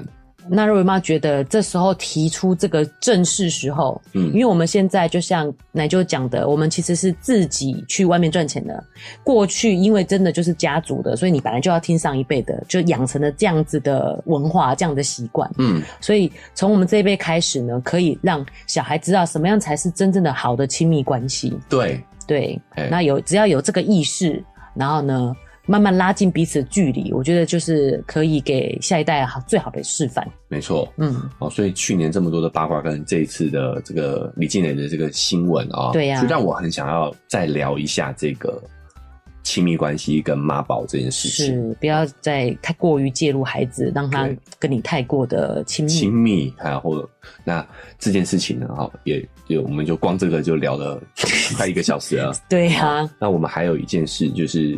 Speaker 2: 那肉圆妈觉得这时候提出这个正是时候，因
Speaker 3: 嗯，
Speaker 2: 为我们现在就像奶舅讲的，我们其实是自己去外面赚钱的。过去因为真的就是家族的，所以你本来就要听上一辈的，就养成了这样子的文化、这样的习惯。
Speaker 3: 嗯，
Speaker 2: 所以从我们这一辈开始呢，可以让小孩知道什么样才是真正的好的亲密关系。
Speaker 3: 对，
Speaker 2: 对，
Speaker 3: 哎
Speaker 2: 那有只要有这个意识，然后呢，慢慢拉近彼此的距离，我觉得就是可以给下一代好最好的示范。
Speaker 3: 没错。
Speaker 2: 嗯，
Speaker 3: 哦，所以去年这么多的八卦跟这一次的这个李静蕾的这个新闻啊、
Speaker 2: 对呀
Speaker 3: 就让我很想要再聊一下这个亲密关系跟妈宝这件事情。
Speaker 2: 是不要再太过于介入孩子，让他
Speaker 3: 对
Speaker 2: 跟你太过的亲密。
Speaker 3: 亲密，还有或者那这件事情呢，哈、也也我们就光这个就聊了 快一个小时了。
Speaker 2: 对呀、啊，
Speaker 3: 那我们还有一件事，就是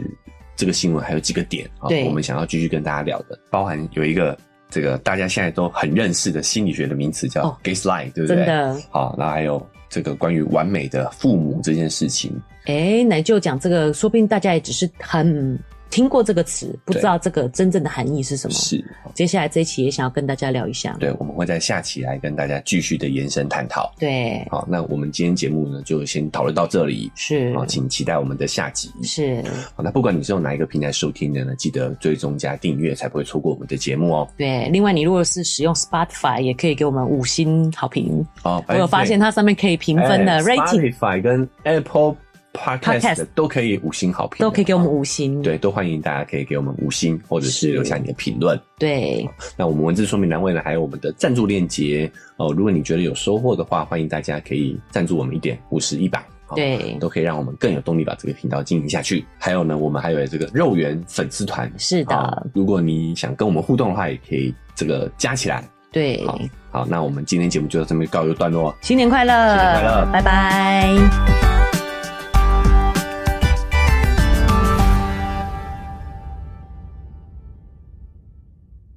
Speaker 3: 这个新闻还有几个点啊、
Speaker 2: 对
Speaker 3: 我们想要继续跟大家聊的，包含有一个这个大家现在都很认识的心理学的名词叫
Speaker 2: 哦
Speaker 3: “gay slide”，、对不对？
Speaker 2: 真的。
Speaker 3: 好，那还有这个关于完美的父母这件事情，
Speaker 2: 哎，奶舅讲这个，说不定大家也只是很听过这个词，不知道这个真正的含义是什么。
Speaker 3: 是
Speaker 2: 接下来这一期也想要跟大家聊一下。
Speaker 3: 对，我们会在下期来跟大家继续的延伸探讨。
Speaker 2: 对，
Speaker 3: 好，那我们今天节目呢就先讨论到这里，
Speaker 2: 是
Speaker 3: 好，请期待我们的下集。
Speaker 2: 是，
Speaker 3: 好，那不管你是用哪一个平台收听的呢，记得追踪加订阅，才不会错过我们的节目哦。
Speaker 2: 对。另外，你如果是使用 Spotify，也可以给我们五星好评。
Speaker 3: 哦，
Speaker 2: 我有发现它上面可以评分的 rating，
Speaker 3: 哎 Spotify 跟 Apple Podcast
Speaker 2: Podcast
Speaker 3: 都可以五星好评的，
Speaker 2: 都可以给我们五星。
Speaker 3: 对，都欢迎大家可以给我们五星，或者是
Speaker 2: 是
Speaker 3: 留下你的评论。
Speaker 2: 嗯对，
Speaker 3: 那我们文字说明栏位呢，还有我们的赞助链接哦。如果你觉得有收获的话，欢迎大家可以赞助我们一点，五十、一百，哦
Speaker 2: 对
Speaker 3: 都可以让我们更有动力把这个频道经营下去。还有呢，我们还有这个肉圆粉丝团，
Speaker 2: 是
Speaker 3: 哦
Speaker 2: 的，
Speaker 3: 如果你想跟我们互动的话，也可以这个加起来。
Speaker 2: 对。
Speaker 3: 好，好，那我们今天节目就到这边告一个段落。
Speaker 2: 新年快乐，
Speaker 3: 新年快乐
Speaker 2: 拜拜。